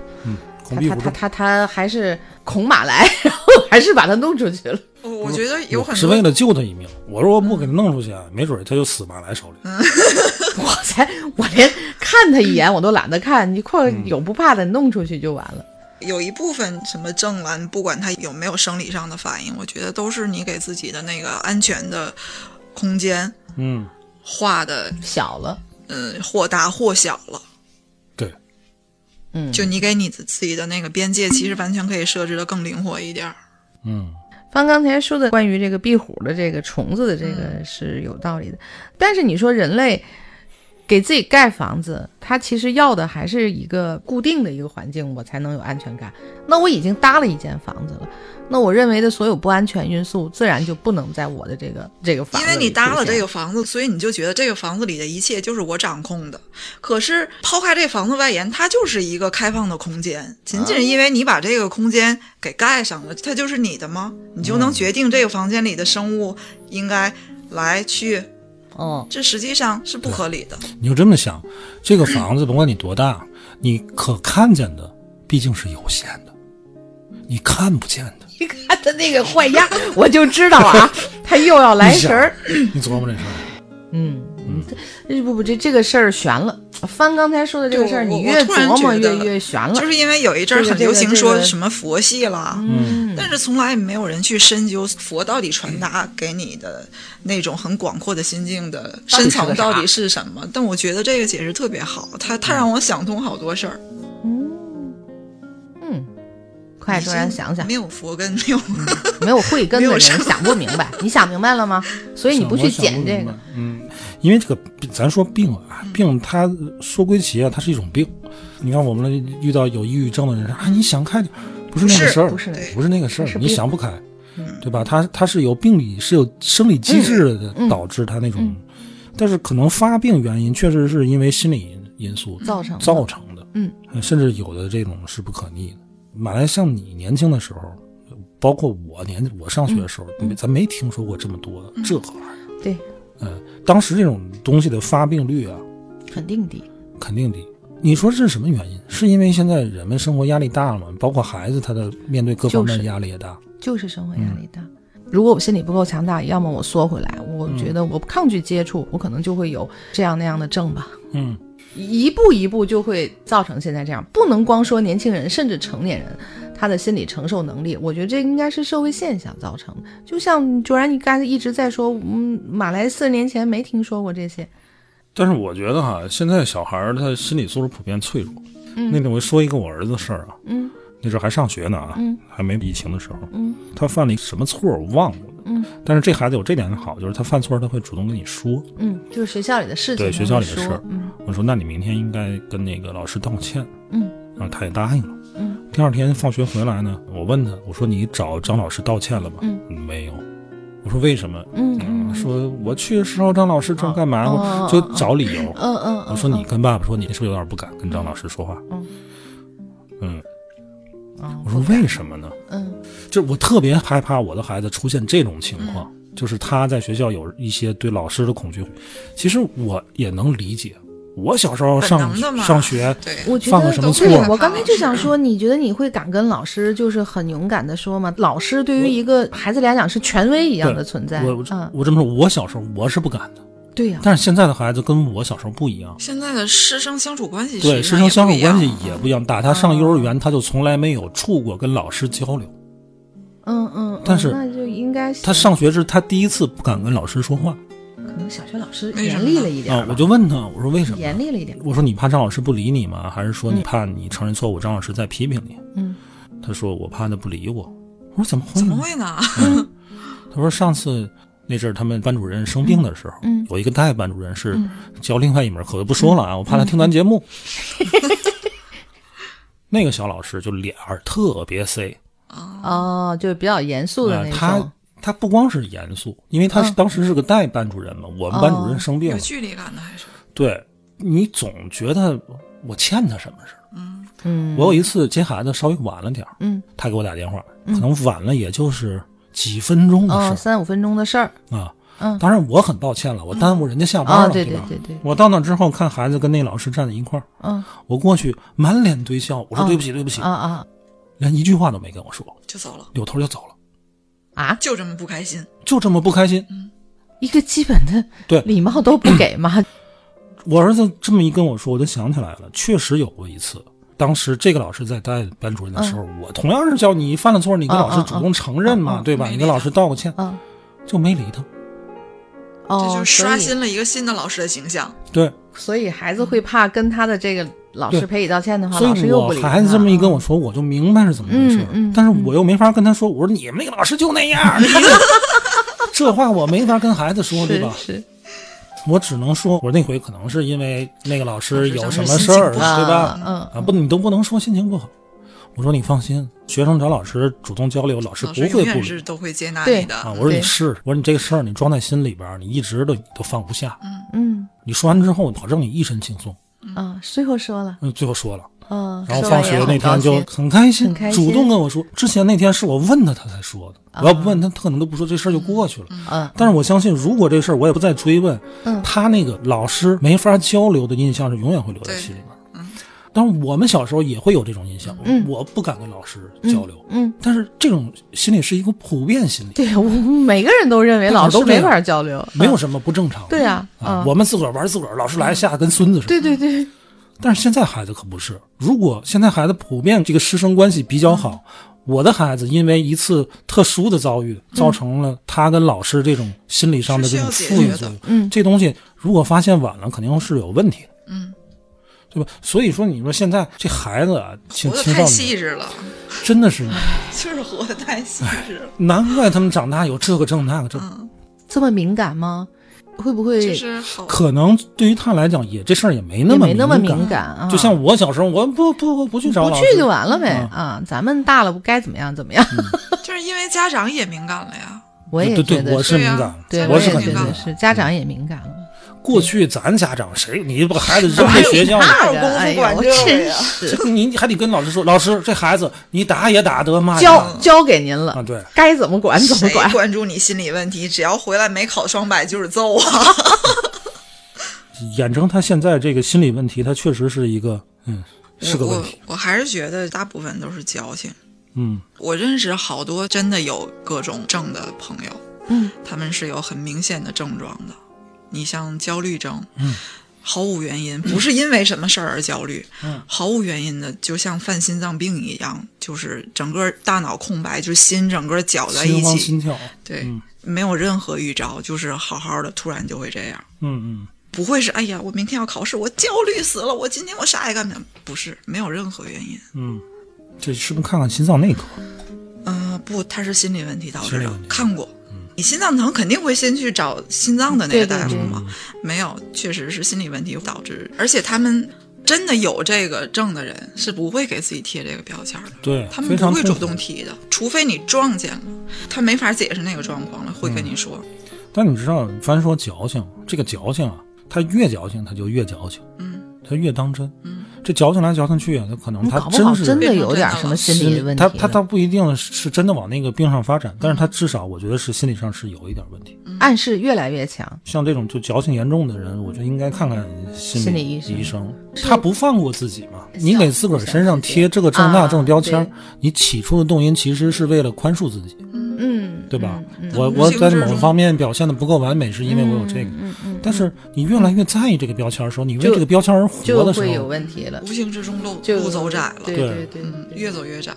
孔
他
壁
他
虎
他
症
他他还是恐马来， 然后还是把他弄出 去了。
我我觉得有很
是
多
为了救他一命。我说我不给他弄出去，啊没准儿他就死马来手里。
我才我连看他一眼我都懒得看，你快有不怕的弄出去就完了。
有一部分什么症完，不管它有没有生理上的反应，我觉得都是你给自己的那个安全的空间
嗯，
画的，
小了，
呃，或大或小了。
对，
嗯，
就你给你自自己的那个边界，其实完全可以设置的更灵活一点儿。
嗯，
翻刚才说的关于这个壁虎的这个虫子的这
嗯
个是有道理的，但是你说人类给自己盖房子，它其实要的还是一个固定的一个环境，我才能有安全感。那我已经搭了一间房子了，那我认为的所有不安全因素自然就不能在我的这个这个房
因
子
为
里
你搭了
出现
这个房子，所以你就觉得这个房子里的一切就是我掌控的。可是抛开这房子外延，它就是一个开放的空间，仅仅是因为你把这个空间给盖上了，它就是你的吗？你就能决定这个房间里的生物应该来去，
嗯，
这实际上是不合理的。
你就这么想，这个房子甭管你多大，你可看见的毕竟是有限的，你看不见的。
你看他那个坏样，我就知道 啊，他又要来神儿。
你琢磨这事儿，
嗯，这不不这这个事儿悬了。翻刚才说的这个事儿，
对我
你
我
越
突然
琢磨
觉得
越越悬了。
就是因为有一阵儿
这个
很流行
这
说
个
什么佛系啦，
嗯，
但是从来没有人去深究佛到底传达给你的那种很广阔的心境的深层到底是什么。但我觉得这个解释特别好，它它让我想通好多事儿。
嗯，快突然想想嗯
没，有佛根，没有
没有慧根
没
的
有
人
什么
想不明 白，你想明白了吗？所以你不去捡这个，，嗯
嗯，因为这个病咱说病啊，病它说归其啊，它是一种病。你看我们遇到有抑郁症的人说啊，你想开点儿，不是那个事儿，
不是那个事儿
不是那个事
是
儿，
病嗯
你想不开，对吧？它它是有病理，是有生理机制的
嗯嗯
导致它那种，但是可能发病原因确实是因为心理因素
造成的
造成的，
嗯
呃，甚至有的这种是不可逆的。马来像你年轻的时候，包括我年我上学的时候，
嗯
没咱没听说过这么多这个玩意儿。
对，
嗯，当时这种东西的发病率啊，
肯定低。
肯定低。你说这是什么原因？是因为现在人们生活压力大了吗？包括孩子，他的面对各方面
就
的
是
压力也大。
就是生活压
嗯
力大。如果我心里不够强大，要么我缩回来，我觉
嗯
得我抗拒接触，我可能就会有这样那样的症吧。
嗯，
一步一步就会造成现在这样。不能光说年轻人，甚至成年人，他的心理承受能力，我觉得这应该是社会现象造成的。就像卓然，你刚才一直在说，嗯，马来四十年前没听说过这些，
但是我觉得哈，现在小孩儿他心理素质普遍脆弱。
嗯
那天我说一个我儿子的事儿啊，
嗯
那时候还上学呢啊，
嗯
还没疫情的时候，
嗯
他犯了一什么错儿我忘了。
嗯，
但是这孩子有这点好，就是他犯错儿他会主动跟你说。
嗯，就是学校里的事情，
对学校里的事儿
嗯
我说那你明天应该跟那个老师道歉。
嗯，
然后他也答应了。
嗯，
第二天放学回来呢，我问他，我说你找张老师道歉了吗？
嗯，
没有。我说为什么？
嗯嗯
说我去的时候张老师正干嘛呢，
哦哦
就找理由。
嗯嗯，
我说你跟爸爸说，你是不是有点不敢跟张老师说话？
嗯
嗯，
嗯，
我说为什么呢？
嗯
就是我特别害怕我的孩子出现这种情
嗯
况，就是他在学校有一些对老师的恐惧。其实我也能理解，我小时候
本
上
能的嘛
上学，
对，
我觉
犯
得
过什么
对
错啊
我刚才就想说，你觉得你会敢跟老师就是很勇敢的说吗？老师对于一个孩子来讲是权威一样的存在
我
啊
嗯
我，我这么说，我小时候我是不敢的，
对呀、
但是现在的孩子跟我小时候不一样。
现在的师生相处关系
对，
实
师
际上
生
也
相
不
处
一样嗯
关系也不一样。打他上幼儿园，他就从来没有处过跟老师交流。
嗯嗯，嗯
但是
那就应该行
他上学是他第一次不敢跟老师说话
可能小学老师
为什
严
么
厉
呢
了一点
啊
儿！吧，
我就问他，我说为什么？
严厉了一点儿，
我说你怕张老师不理你吗？还是说
嗯
你怕你承认错误，张老师再批评你？
嗯，
他说我怕他不理我。我说怎么会
怎
呢
么？会呢？
嗯他说上次那阵儿他们班主任生病的时候，
嗯
有一个代班主任是教另外一门课，我就不说了啊，我怕他听咱节目。
嗯
那个小老师就脸儿特别塞，
哦，就是比较严肃的
呃
那种
他，他不光是严肃，因为他是当时是个代班主任嘛，我们班主任生病
嗯哦有
了，
距离感的还是
对你总觉得我欠他什么似的。
嗯
嗯，
我有一次接孩子稍微晚了点儿，
嗯，
他给我打电话，
嗯
可能晚了也就是几分钟的
哦，
事
三五分钟的事儿，
儿啊。
嗯
当然我很抱歉了，我耽误人家下班
啊，
了，
对
对
对
吧？
对对，
我到那之后看孩子跟那老师站在一块儿，
嗯
我过去满脸堆笑，我说
啊
对不起对不起，
啊啊
连一句话都没跟我说，
就走了，
扭头就
嗯
走了，
啊，
就这么不开心。
就这么不开心。
一个基本的
对
礼貌都不给吗？
我儿子这么一跟我说，我就想起来了，确实有过一次。当时这个老师在带班主任的时候，我同样是叫你犯了错，你跟老师
嗯嗯嗯
主动承认嘛，
嗯嗯
对吧？
没
你
理
跟老师道个歉，
啊
就没理他。
哦，
这就刷
所以
新嗯了一个新的老师的形象。
对，
所以孩子会怕跟他的这个老师
对
赔礼道歉的话，
所
嗯老师
以
又不
我
理他。
孩子这么一跟我说，我就明白是怎么回事儿。
嗯嗯
但是我又没法跟他说，我说你们那个老师就那样儿，你 这这话我没法跟孩子说，对
是
吧？
是，
我只能说，我那回可能是因为那个老师有什么事
老
儿，对
师就是心情不好
吧？
嗯
啊，不，你都不能说心情不好。我说你放心，学生找老师主动交流，老师
老
不
师
会
永
不
远
理
是都会接纳
对
你的。
啊。我说你
对
是，我说你这个事儿你装在心里边儿，你一直都都放不下。
嗯
你说完之后，我保证你一身轻松。
嗯
啊，最后说了，
嗯，最后说了，
嗯，
然后
说
放
完
学
也
那
很高
天就
兴
很开心，
很开心啊
主动跟我说。之前那天是我问他，他才说的。我要不问他，他可能都不说，这事儿就过去了。
嗯
但是我相信，如果这事儿我也不再追问，
嗯
他那个老师没法交流的印象是永远会留在心里边。
嗯，
但是我们小时候也会有这种印象，
嗯
我不敢跟老师交流。
嗯，
但是这种心理是一个普遍心理，
对我们每个人都认为
大
老
伙
师
都这
没
样
法交流，
没有
嗯
什么不正常的。
对啊
啊
嗯，
我们自个儿玩自个儿，老师来吓得跟孙子似的。
对对对，
但是现在孩子可不是，如果现在孩子普遍这个师生关系比较好，我的孩子因为一次特殊的遭
嗯
遇，造成了他跟老师这种心理上的这种
是需
负
要解
面
决
作用
的。
嗯
这东西如果发现晚了，肯定是有问题的，
嗯，
对吧？所以说，你说现在这孩子啊，青
活得
青
太
少
细
年
致了，
真的是，
就是活得太细致了。
难怪他们长大有这个症那个症。
嗯，
这么敏感吗？会不会
就
也
是好。
可能对于他来讲，也这事儿也没那么
没那么
感。
敏感啊？
就像我小时候，我不不不不去找
不
老师，
去就完了呗
嗯
啊！咱们大了不该怎么样怎么样？
就是因为家长也敏感了呀。
我也
对
觉
对，
得
我
是，
敏
对啊
感，
对，
家
我
长
是
也
很
觉
敏
得
感。嗯
是，家长也敏感了。
过去咱家长谁，你把孩子扔
哪
在
有
学 校里，
那个
功夫
哎呦
管
我
这个
真
呀
是
这个你还得跟老师说，老师这孩子你打也打得，骂也骂
交交给您
啊，
了，
对，
该怎么管怎么
谁
管。
关注你心理问题？只要回来没考双百就是揍啊！
眼睁他现在这个心理问题，他确实是一个嗯 是个问题，
我我还是觉得大部分都是矫情。
嗯
我认识好多真的有各种症的朋友，
嗯，
他们是有很明显的症状的。你像焦虑症，
嗯，
毫无原因，不是因为什么事儿而焦虑，
嗯，
毫无原因的，就像犯心脏病一样，就是整个大脑空白，就心整个搅在一
心慌
起，
心跳，
对，
嗯
没有任何预兆，就是好好的，突然就会这样。
嗯嗯，
不会是哎呀，我明天要考试，我焦虑死了，我今天我啥也干不了。不是，没有任何原因。
嗯，这是不是看看心脏内科？
嗯、不，他是心理问题导致
心理
的
问题，
看过。你心脏疼肯定会先去找心脏的那
对
个
对
大夫
对
嘛？没有，确实是心理问题导致，而且他们真的有这个症的人是不会给自己贴这个标签的，
对，
他
非
们
常
不会
痛
主
苦
动提的，除非你撞见了，他没法解释那个状况了，会跟你说。
但你知道，凡说矫情，这个矫情啊，他越矫情，他就越矫情，
嗯，
他越当真，
嗯，
这矫情来矫情去啊，他可能他
搞不
真
好
是
真的有点
变成
什么心理问题
他
了。
他倒不一定是真的往那个病上发展，但是他至少我觉得是心理上是有一点问题。
暗示越来越强，
像这种就矫情严重的人，我觉得应该看看心
心
理
理医生
他不放过自己嘛。
是
你给自个儿身上贴这个症那症标签儿
啊，
你起初的动因其实是为了宽恕自己，
嗯，
对吧？
嗯
我
嗯
我
无
在
形之
某
中
方面表现的不够完美，是因为我有这个。
嗯嗯，
但是你越来越在意这个标签儿的时候，你为
就
这个标签儿而活
就
的时
会有
候，
问题了，
无形之中路
就
路走窄了，
对
对
对对，
嗯，
对
越走越窄。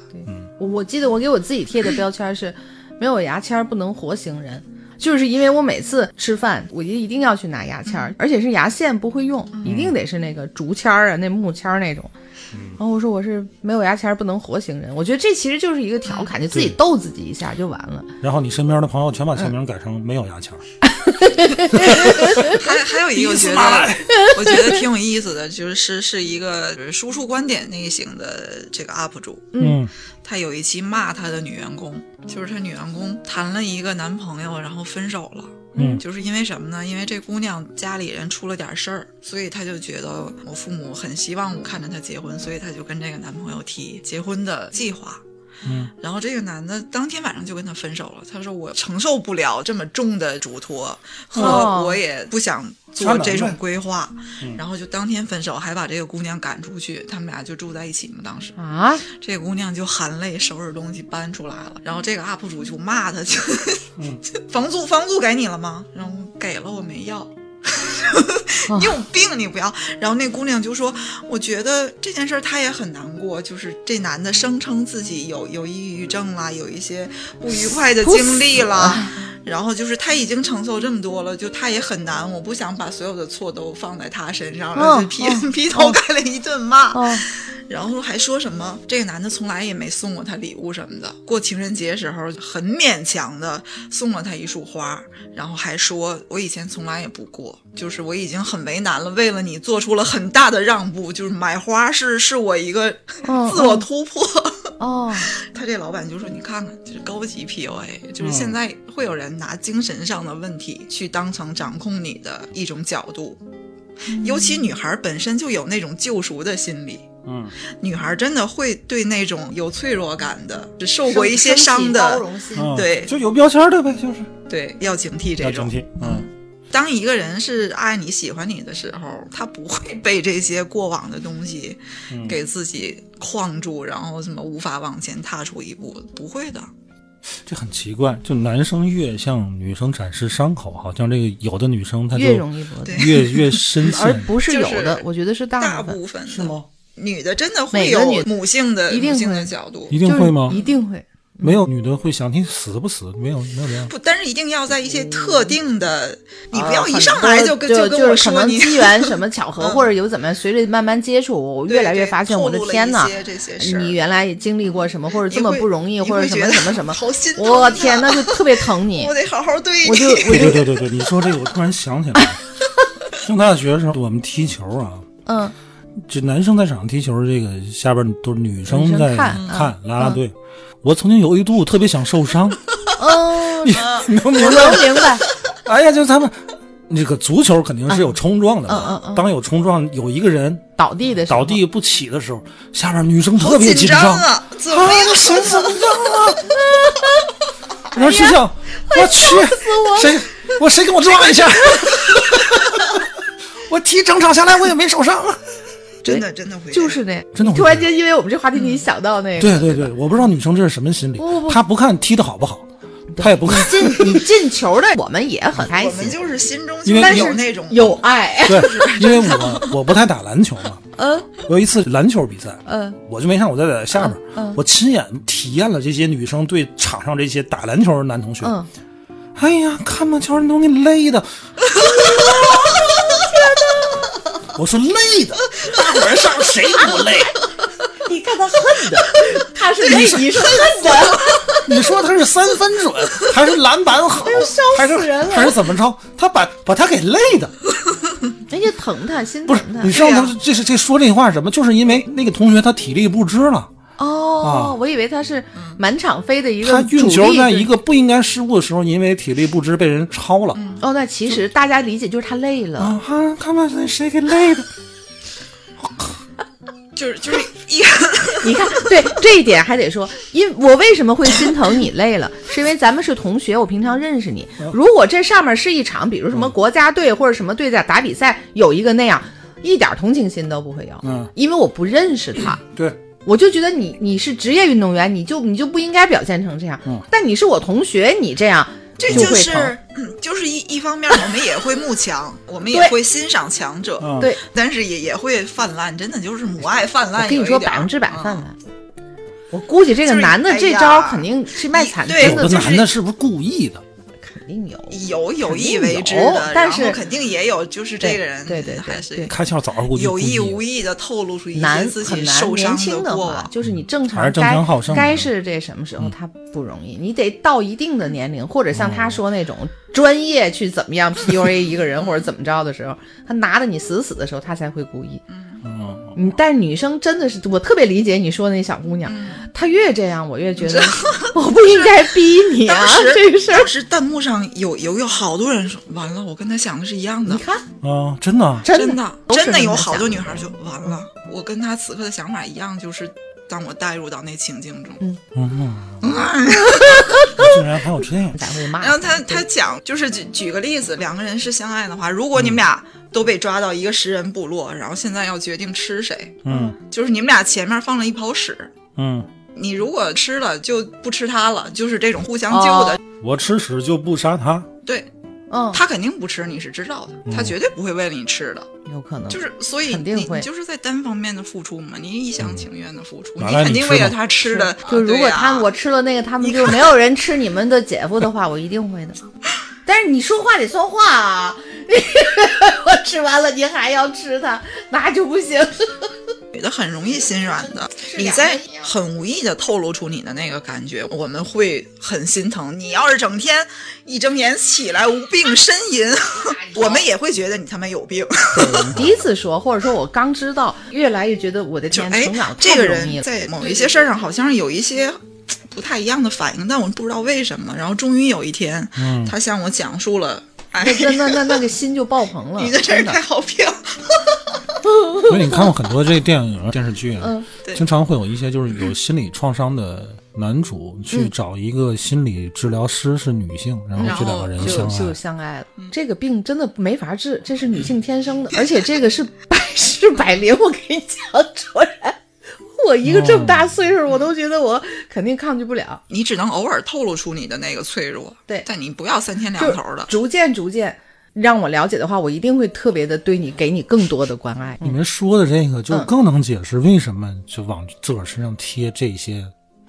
我我记得我给我自己贴的标签是，没有牙签儿不能活行人，就是因为我每次吃饭，我就一定要去拿牙签
嗯
儿，而且是牙线不会用，一定得是那个竹签儿啊，那木签儿那种。然后我说我是没有牙签儿不能活行人，我觉得这其实就是一个调侃，就自己
嗯对
逗自己一下就完了。
然后你身边的朋友全把
嗯
签名改成没有牙签儿。
还还有一个我觉得我觉得挺有意思的，就是是一个就是输出观点类型的这个 UP 主，
嗯
他有一期骂他的女员工，就是他女员工谈了一个男朋友，然后分手了，
嗯
就是因为什么呢？因为这姑娘家里人出了点事儿，所以她就觉得我父母很希望我看着她结婚，所以她就跟这个男朋友提结婚的计划。
嗯，
然后这个男的当天晚上就跟她分手了。他说我承受不了这么重的嘱托，和
哦
我也不想
渣
做
男
这种
呗
规划，
嗯
然后就当天分手，还把这个姑娘赶出去。他们俩就住在一起嘛，当时。
啊，
这姑娘就含泪收拾东西搬出来了，然后这个 UP 主就骂她，就、
嗯
房租房租给你了吗？然后给了我没要。 你有病，你不要。然后那姑娘就说：“我觉得这件事儿她也很难过，就是这男的声称自己有有抑郁症啦，有一些不愉快的经历啦，然后就是他已经承受这么多了，就他也很难。我不想把所有的错都放在他身上，然
嗯
后就劈、 劈头盖脸一顿骂。
哦，
然后还说什么这个男的从来也没送过她礼物什么的，过情人节时候很勉强的送了她一束花，然后还说我以前从来也不过，就是我已经很为难了，为了你做出了很大的让步，就是买花是是我一个
嗯
自我突破。
哦，
他这老板就说：“你看看，这是高级
嗯
PUA，就是现在会有人拿精神上的问题去当成掌控你的一种角度，尤其女孩本身就有那种救赎的心理。”
嗯，
女孩真的会对那种有脆弱感的、受过一些伤的，
嗯
对
就有标签儿的呗，就是
对，要警惕这
要警
种。
惕。嗯
当一个人是爱你、喜欢你的时候，他不会被这些过往的东西
嗯，
给自己框住，然后什么无法往前踏出一步，不会的。
这很奇怪，就男生越向女生展示伤口，好像这个有的女生她就
越容易勃起，
越越深
而
陷，
不是有的，
就是
我觉得是
大
部分，
部分
是
的
吗？
女的真的会
每个女
有母性的、
一定
母性
会
的角度
一，
就
定
是
会吗？
一定会。
没有女的会想你死不死？没有没有这样。
不，但是一定要在一些特定的，你不要
啊
一
很
上
多
来就跟
就
跟我
是可
说
能
你
机缘什么巧合，
嗯
或者有怎么样，随着慢慢接触，我
对
越来越
对
发现，
透
我的
露了
天
一
呐，
些这些事儿
你原来也经历过什么，或者这么不容易，
你会
或者什
你会觉得
么什么什么，
好心疼
我
啊
天呐，就特别疼你
我，得好好对你。
我就 我
对对
就
对对对，你说这个我突然想 起来了，上大学的时候我们踢球啊，
嗯
这男生在场上踢球，这个下边都是女
女
生
生
在
看
看啦啦队。我曾经有一度特别想受 伤，
嗯，
你你能明
我
白吗？
能明白，
哎呀，就他们那个足球肯定是有冲撞的
嗯嗯
嘛
嗯，
当有冲撞，有一个人
倒地的时候
倒地不起的时候，下边女生特别
紧
紧
张啊！怎么
啊，神怎么样啊？然后心想，
哎
我去，谁我谁给我撞一下？ 我踢整场下来，我也没受伤。啊
真的真的会这
就
样
是那，
真的会嗯
突然间因为我们这话题，你想到那个，
对对对，我不知道女生这是什么心理
不不，不
她不看踢的好不好，她也不看。
进你进球的，我们也很开
我们
心，
就是心中
因为
就是
有
有那种
有爱，
对，因为我我不太打篮球嘛。
嗯
我有一次篮球比赛，
嗯，
我就没看，我在在下边，我亲眼体验了这些女生对场上这些打篮球的男同学。
嗯
哎呀，看吧，乔人都给你累的。 我说累的，大晚上谁不累？
你看他恨的，他是内 你是恨的，
你说他是三分准，还是篮板好，还是还是怎么着？他把把他给累的，
人家疼他，心
不是
疼他
你。知道
对呀
他这是这说这话是什么？就是因为那个同学他体力不支了，
哦
啊，
我以为他是满场飞的一个
他
主
运
力
球在
对
一个不应该失误的时候，因为体力不支被人超了。
哦，那其实大家理解就是他累了，
啊哈，看吧，谁给累的？
就是就是 一
你看，对这一点还得说，因我为什么会心疼你累了， 是因为咱们是同学，我平常认识你。
嗯
如果这上面是一场，比如什么国家队或者什么队在打比赛，有一个那样，一点同情心都不会有，
嗯
因为我不认识他。
对，
我就觉得你你是职业运动员，你就你就不应该表现成这样。
嗯
但你是我同学，你这样
这
就
就
会
是
疼。
嗯就是一一方面，我们也会慕强，我们也
对
会欣赏强者，
嗯
对，
但是也也会泛滥，真的就是母爱泛滥。
我跟你
有一
说
点儿
百分之百泛。
嗯
滥。我估计这个
就是
男的
哎
这
呀
招肯定是卖惨
你对哎
真
有的
的
就是
男的是不是故意的？
肯定有。
有有意为之
肯定
的
有，但
然后
是
肯定也有，就是这个人
对对对
还是
对
开窍早上估计
有
故意
意
的
无意的透露出一些
难
自
很
己
难，
受
年
伤
轻
过
话
往，。
就是你正
还
常
是正常好胜
该
的嗯
是这什么时候他不容易，你得到一定的年龄，或者像
哦
他说那种专业去怎么样 PUA 一个人或者怎么着的时候，他拿的你死死的时候，他才会故意。
嗯
嗯，
嗯，但是女生真的是，我特别理解你说那小姑娘，
嗯
她越这样，我越觉得 我不应该逼你啊
当时，
这个事儿
当。时弹幕上有有有好多人说，完了，我跟他想的是一样的
你，看，
啊，真的，
真
真的
都是
真的
这么
有好多
想
女孩就完了，我跟他此刻的想法一样，就是当我带入到那情境中。
嗯，竟然还有这样，
咱会骂
然。后他他讲，就是举举个例子，两个人是相爱的话，如
嗯
果你们俩都被抓到一个食人部落，然后现在要决定吃谁，
嗯
就是你们俩前面放了一泡屎，
嗯，
你如果吃了就不吃它了，就是这种互相救的。
哦
我吃屎就不杀他，
对
嗯，
他肯定不吃，你是知道的，他绝对不会为了你吃的。
有可能
就是所以
嗯肯定
你
会
你就是在单方面的付出嘛，你一厢情愿的付出，
哪
你
来
肯
你
定
吃
为了
呢
他吃的。啊
就如
对
果
呀
他们我吃了那个，他们
你
就没有人吃你们的姐夫的话，我一定 会的。但是你说话得算话啊！ 我吃完了，您还要吃它，那就 不行。
女的很容易心软的，你
两
在
个一样
很无意的透露出你的那个感觉，我们会很心疼。你要是整天一睁眼起来无病呻吟，
哎
我们也会觉得你他妈有病。
第一次说，或者说我刚知道，越来越觉得我的
就
天，
哎
成长，
这
太
个
不容
人
易了。
在某一些事儿上好像有一些。不太一样的反应，但我不知道为什么。然后终于有一天，
嗯
他向我讲述了，哎，
那那那那个心就爆棚了，
你的真
真
是
的
太。好骗了。
因为你看过很多这个电影、电视剧，啊
嗯
对
经常会有一些就是有心理创伤的男主去
嗯
找一个心理治疗师是女性，然后这两个人啊
就
相
就
爱。
相爱了，
嗯
这个病真的没法治，这是女性天 生的，而且这个是百试百灵。我跟你讲，卓然，我一个这么大岁数，我都觉得我肯定抗拒不了。
你只能偶尔透露出你的那个脆弱，
对
但你不要三天两
就
头的。
逐渐逐渐让我了解的话，我一定会特别的对你给你更多的关爱。
你们说的这个就
嗯
更能解释为什么就往自个儿身上贴这些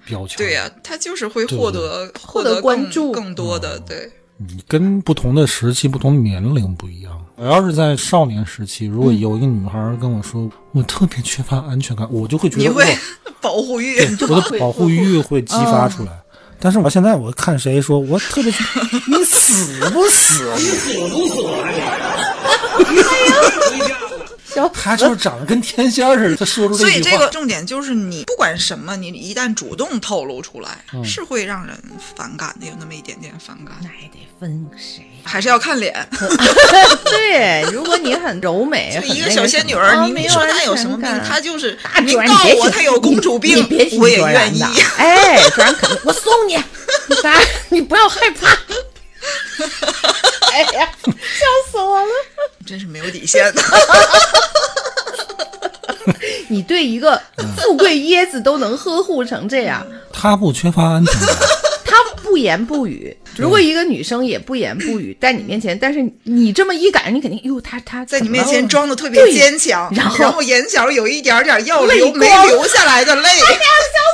标签。
对呀、他就是会
对哦
获得获
获得
更
关注
更多的，对，
你嗯跟不同的时期、不同年龄不一样。我要是在少年时期，如
嗯
果有一个女孩跟我说、我特别缺乏安全感，我就会觉
你
得
会
哇
保护欲。
对我的保护欲会激发出来。但是我现在我看谁说我特别，你死不死？
小
他就是长得跟天仙儿似的，他说出
所以
这句
这
话
个，重点就是，你不管什么，你一旦主动透露出来，
嗯
是会让人反感的，有那么一点点反感，
那也得分谁？
还是要看脸。
对，如果你很柔美，
就
很
一个
那
小
什
仙
么
女儿，
啊
你
没
你说
安
她有什
全
么病
感？
她就是
大
你
卓然，
告
你别
诉我
听
她有公主病
你别，听
我也
卓然
愿意
的。哎，卓然肯定，我送你，咱你不要害怕。哎呀，笑死我了！
真是没有底线 的。
你对一个富贵椰子都能呵护成这样，
他不缺乏安全感，
她不言不语。如果一个女生也不言不语，在你面前，但是你这么一赶，你肯定哟，她她
在你
怎么
面前
了
装的特别坚强，
哦对然后
然后眼角有一点点要
泪
流
光哎
没流下来 的泪，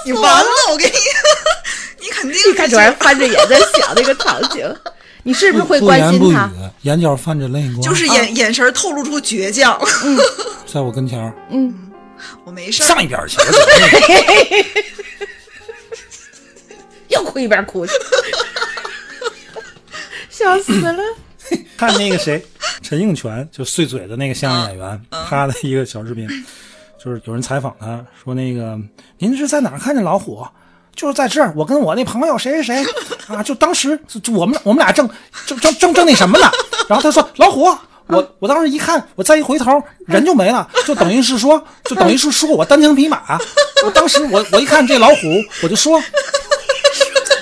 你
我
完了，我跟你，你肯定
你
是
看卓然翻着眼在想那个场景，你是不是会
不
关
言不
心
语
她？，
眼角泛着泪光，
就是
啊
眼眼神透露出倔强，
在我跟前儿，
我没事儿，
上一边儿去，我走了
又哭一边哭去， 笑死了。
看那个谁，陈应泉，就碎嘴的那个相声演员，他的一个小视频，就是有人采访他说那个您是在哪儿看见老虎？就是在这儿，我跟我那朋友谁谁谁啊，就当时就就我们我们俩正正正正正那什么呢，然后他说老虎。我我当时一看，我再一回头，人就没了，就等于是说，就等于是说我单枪匹马。我当时我我一看这老虎，我就说，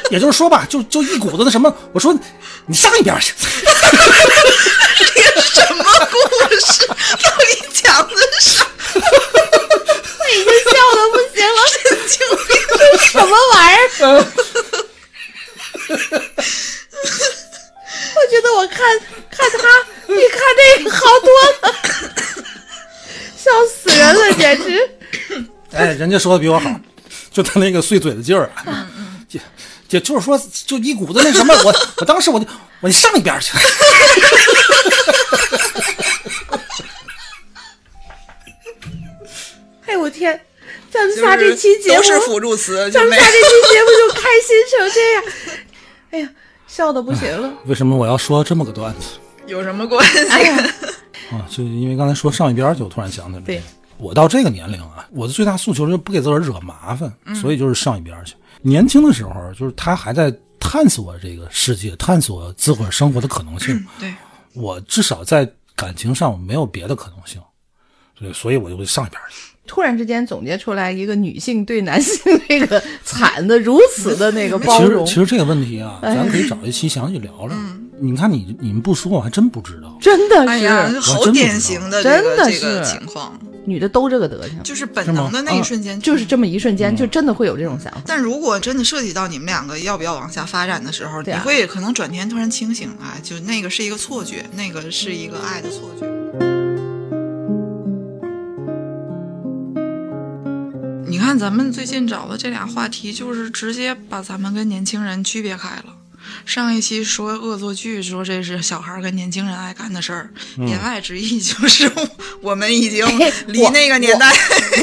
也就是说吧，就就一股子那什么，我说你上一边去。
什么故事？到底讲的是啥？
已经笑的不行了，神经病，这是什么玩意儿？我觉得我看看他比看这个好多了，笑死人了，简直！
哎，人家说的比我好，就他那个碎嘴的劲儿，也也就是说，就一股子那什么，我我当时我就我就上一边儿去，
哎，我天，咱们仨这期节目
都是辅助词，就
咱
没
们仨这期节目就开心成这样，哎呀，笑的不行了。
为什么我要说这么个段子
有什么关系。
哎
啊？就因为刚才说上一边儿去，我突然想起来，
对，
我到这个年龄啊，我的最大诉求是不给自个儿惹麻烦，所以就是上一边儿去。年轻的时候，就是他还在探索这个世界，探索自个儿生活的可能性。
对，
我至少在感情上我没有别的可能性，对，所以我就会上一边儿去。
突然之间总结出来一个女性对男性那个惨的如此的那个包
哎其实
容，
其实这个问题啊，
哎嗯
咱可以找一期详细聊聊。你看你你们不说，我还真不知道。
真的是、
哎呀，
我
好
真不
典
知
型
道
的这个
真的
这个
是
情况，
女的都这个德行，
就是本
是吗
能的那一瞬间，
就是这么一瞬
嗯
间，就真的会有这种想 法。
但如果真的涉及到你们两个要不要往下发展的时候，
对啊
你会可能转天突然清醒啊，就那个是一个错觉，那个是一个爱的错觉。你看，咱们最近找的这俩话题，就是直接把咱们跟年轻人区别开了。上一期说恶作剧，说这是小孩儿跟年轻人爱干的事儿，
嗯
言外之意就是我们已经离
哎我
那个年代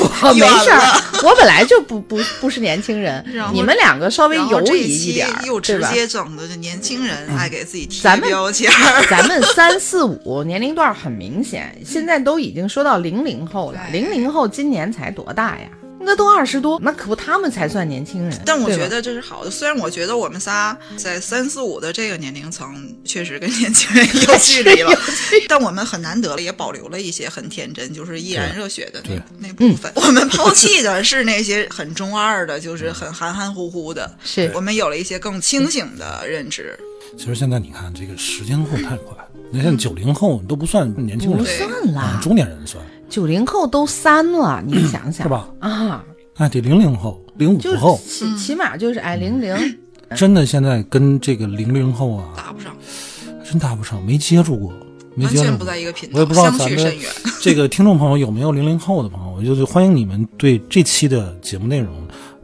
我哦没
远
事儿
了。，
我本来就不不不是年轻人
然，后
你们两个稍微
然后
犹
这
疑
期
一点儿，
又
对
直
吧？
接整的这年轻人爱给自己贴
咱们
标签儿。
咱们三四五年龄段儿很明显，现在都已经说到零零后了，
对
零零后今年才多大呀？那都二十多，那可不，他们才算年轻人。
但我
对吧
觉，得这是好的，虽然我觉得我们仨在三四五的这个年龄层确实跟年轻人 有距离了，但我们很难得了，也保留了一些很天真，就是依然热血的那
对
那部分。我们抛弃的是那些很中二的，就是很含含糊糊的，
是
我们有了一些更清醒的认知。
其实现在你看，这个时间过得太快，你看九零后你都不算年轻人，
不算
啊
啦，
中年人算
九零后都三了，你想想
是吧？
啊，
哎，得零零后、零
就
五后，嗯
起起码就是哎零零，
真的现在跟这个零零后啊，
搭不上，
真搭不上，没接触过，没
完
接
全
触
不
过。
在一个频道，
我也不知道
相
咱
去
们
甚远。
这个听众朋友有没有零零后的朋友，我就是欢迎你们对这期的节目内容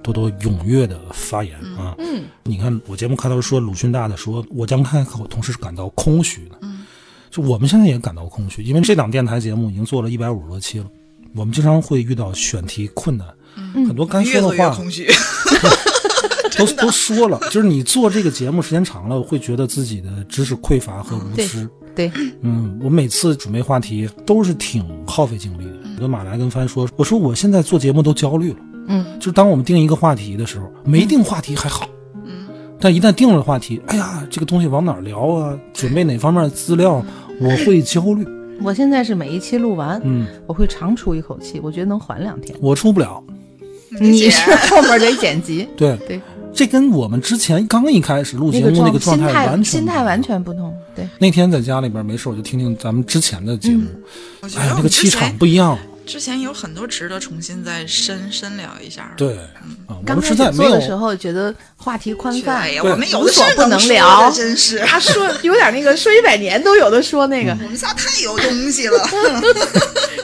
多多踊跃的发言啊。嗯，你看我节目开头说鲁迅大的说，我将开口，同时感到空虚的。嗯，就我们现在也感到空虚，因为这档电台节目已经做了一百五十多期了，我们经常会遇到选题困难，很多该
越
说的
做
话
越空虚。
都都说了，就是你做这个节目时间长了，会觉得自己的知识匮乏和无知。
对，
嗯，我每次准备话题都是挺耗费精力的。我跟马来跟帆说，我说我现在做节目都焦虑了。
嗯，
就是当我们定一个话题的时候，没定话题还好。嗯，但一旦定了话题，哎呀，这个东西往哪儿聊啊？准备哪方面的资料？我会焦虑。
我现在是每一期录完，
嗯，
我会长出一口气，我觉得能缓两天。
我出不了。，
嗯
你是后面得剪辑
对
对，
这跟我们之前刚一开始录节目那个状
心
态
态
完全
心
不一
态
样
完全不同，对。
那天在家里边没事，我就听听咱们之前的节目，
嗯
我觉
哎呀，
得我
那
们
个
之
气
前
场不一样。
之前有很多值得重新再深深聊一下。
对，啊，我
刚
们
开始
实在没
做
有
的时候觉得话题宽
觉得，
泛
哎，呀，
对
我们有
无
的是
所不能
说的
聊
真是。
他说有点那个说一百年都有的说那个，
嗯
我们仨太有东西 了，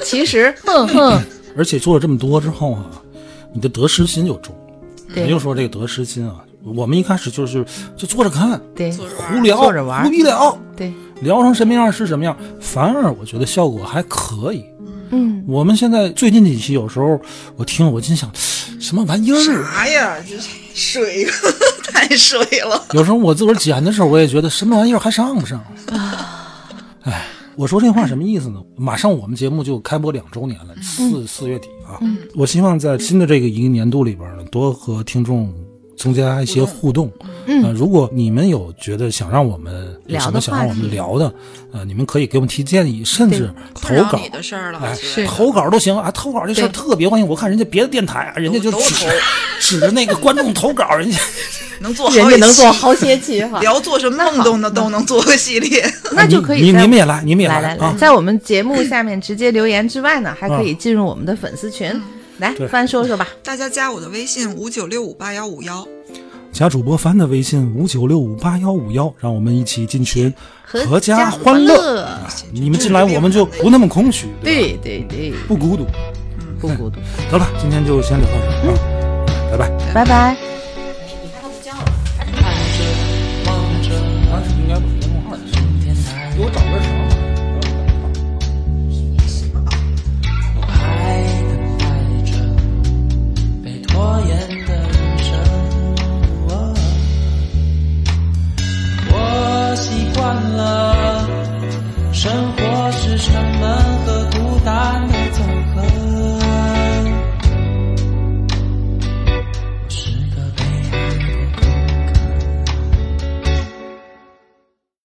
其实
嗯
哼哼，
而且做了这么多之后啊，你的得失心就重。
对
咱就说这个得失心啊，我们一开始就是就坐着看，
对
坐着玩
胡
儿
聊，
坐着玩
胡逼聊，
对，
聊成什么样是什么样，反而我觉得效果还可以。
嗯，
我们现在最近几期有时候我听我心想， 什么玩意儿？
啥呀？这水 太水了。
有时候我自个儿剪的时候，我也觉得什么玩意儿还上不上？ 哎，我说这话什么意思呢？马上我们节目就开播两周年了，四四月底啊。我希望在新的这个一个年度里边呢，多和听众增加一些互动。嗯、如果你们有觉得想让我们有什么想让我们聊的，呃，你们可以给我们提建议，甚至投
困扰
稿。
你的事儿了，
哎
我觉得
是
投稿都行啊，投稿这事儿
对
特别欢迎。我看人家别的电台啊，人家就
都都
指
投
指着那个观众投稿，人家
能做好
人家能做
几期
好些期哈，
聊做什么梦都能都能做个系列。
那就可以
你
在
你们也来，你们也
来来来，
啊！
在我们节目下面直接留言之外呢，还可以进入我们的粉丝
嗯
群，来
对
翻说说吧，
大家加我的微信五九六五八幺五幺，
加主播帆的微信五九六五八幺五幺，让我们一起进群，阖
家
欢
乐。
乐。你们进来，我们就不那么空虚，吧
对对对，
不孤独。
不孤独，嗯
得了，今天就先聊到这儿啊，拜拜。
拜拜。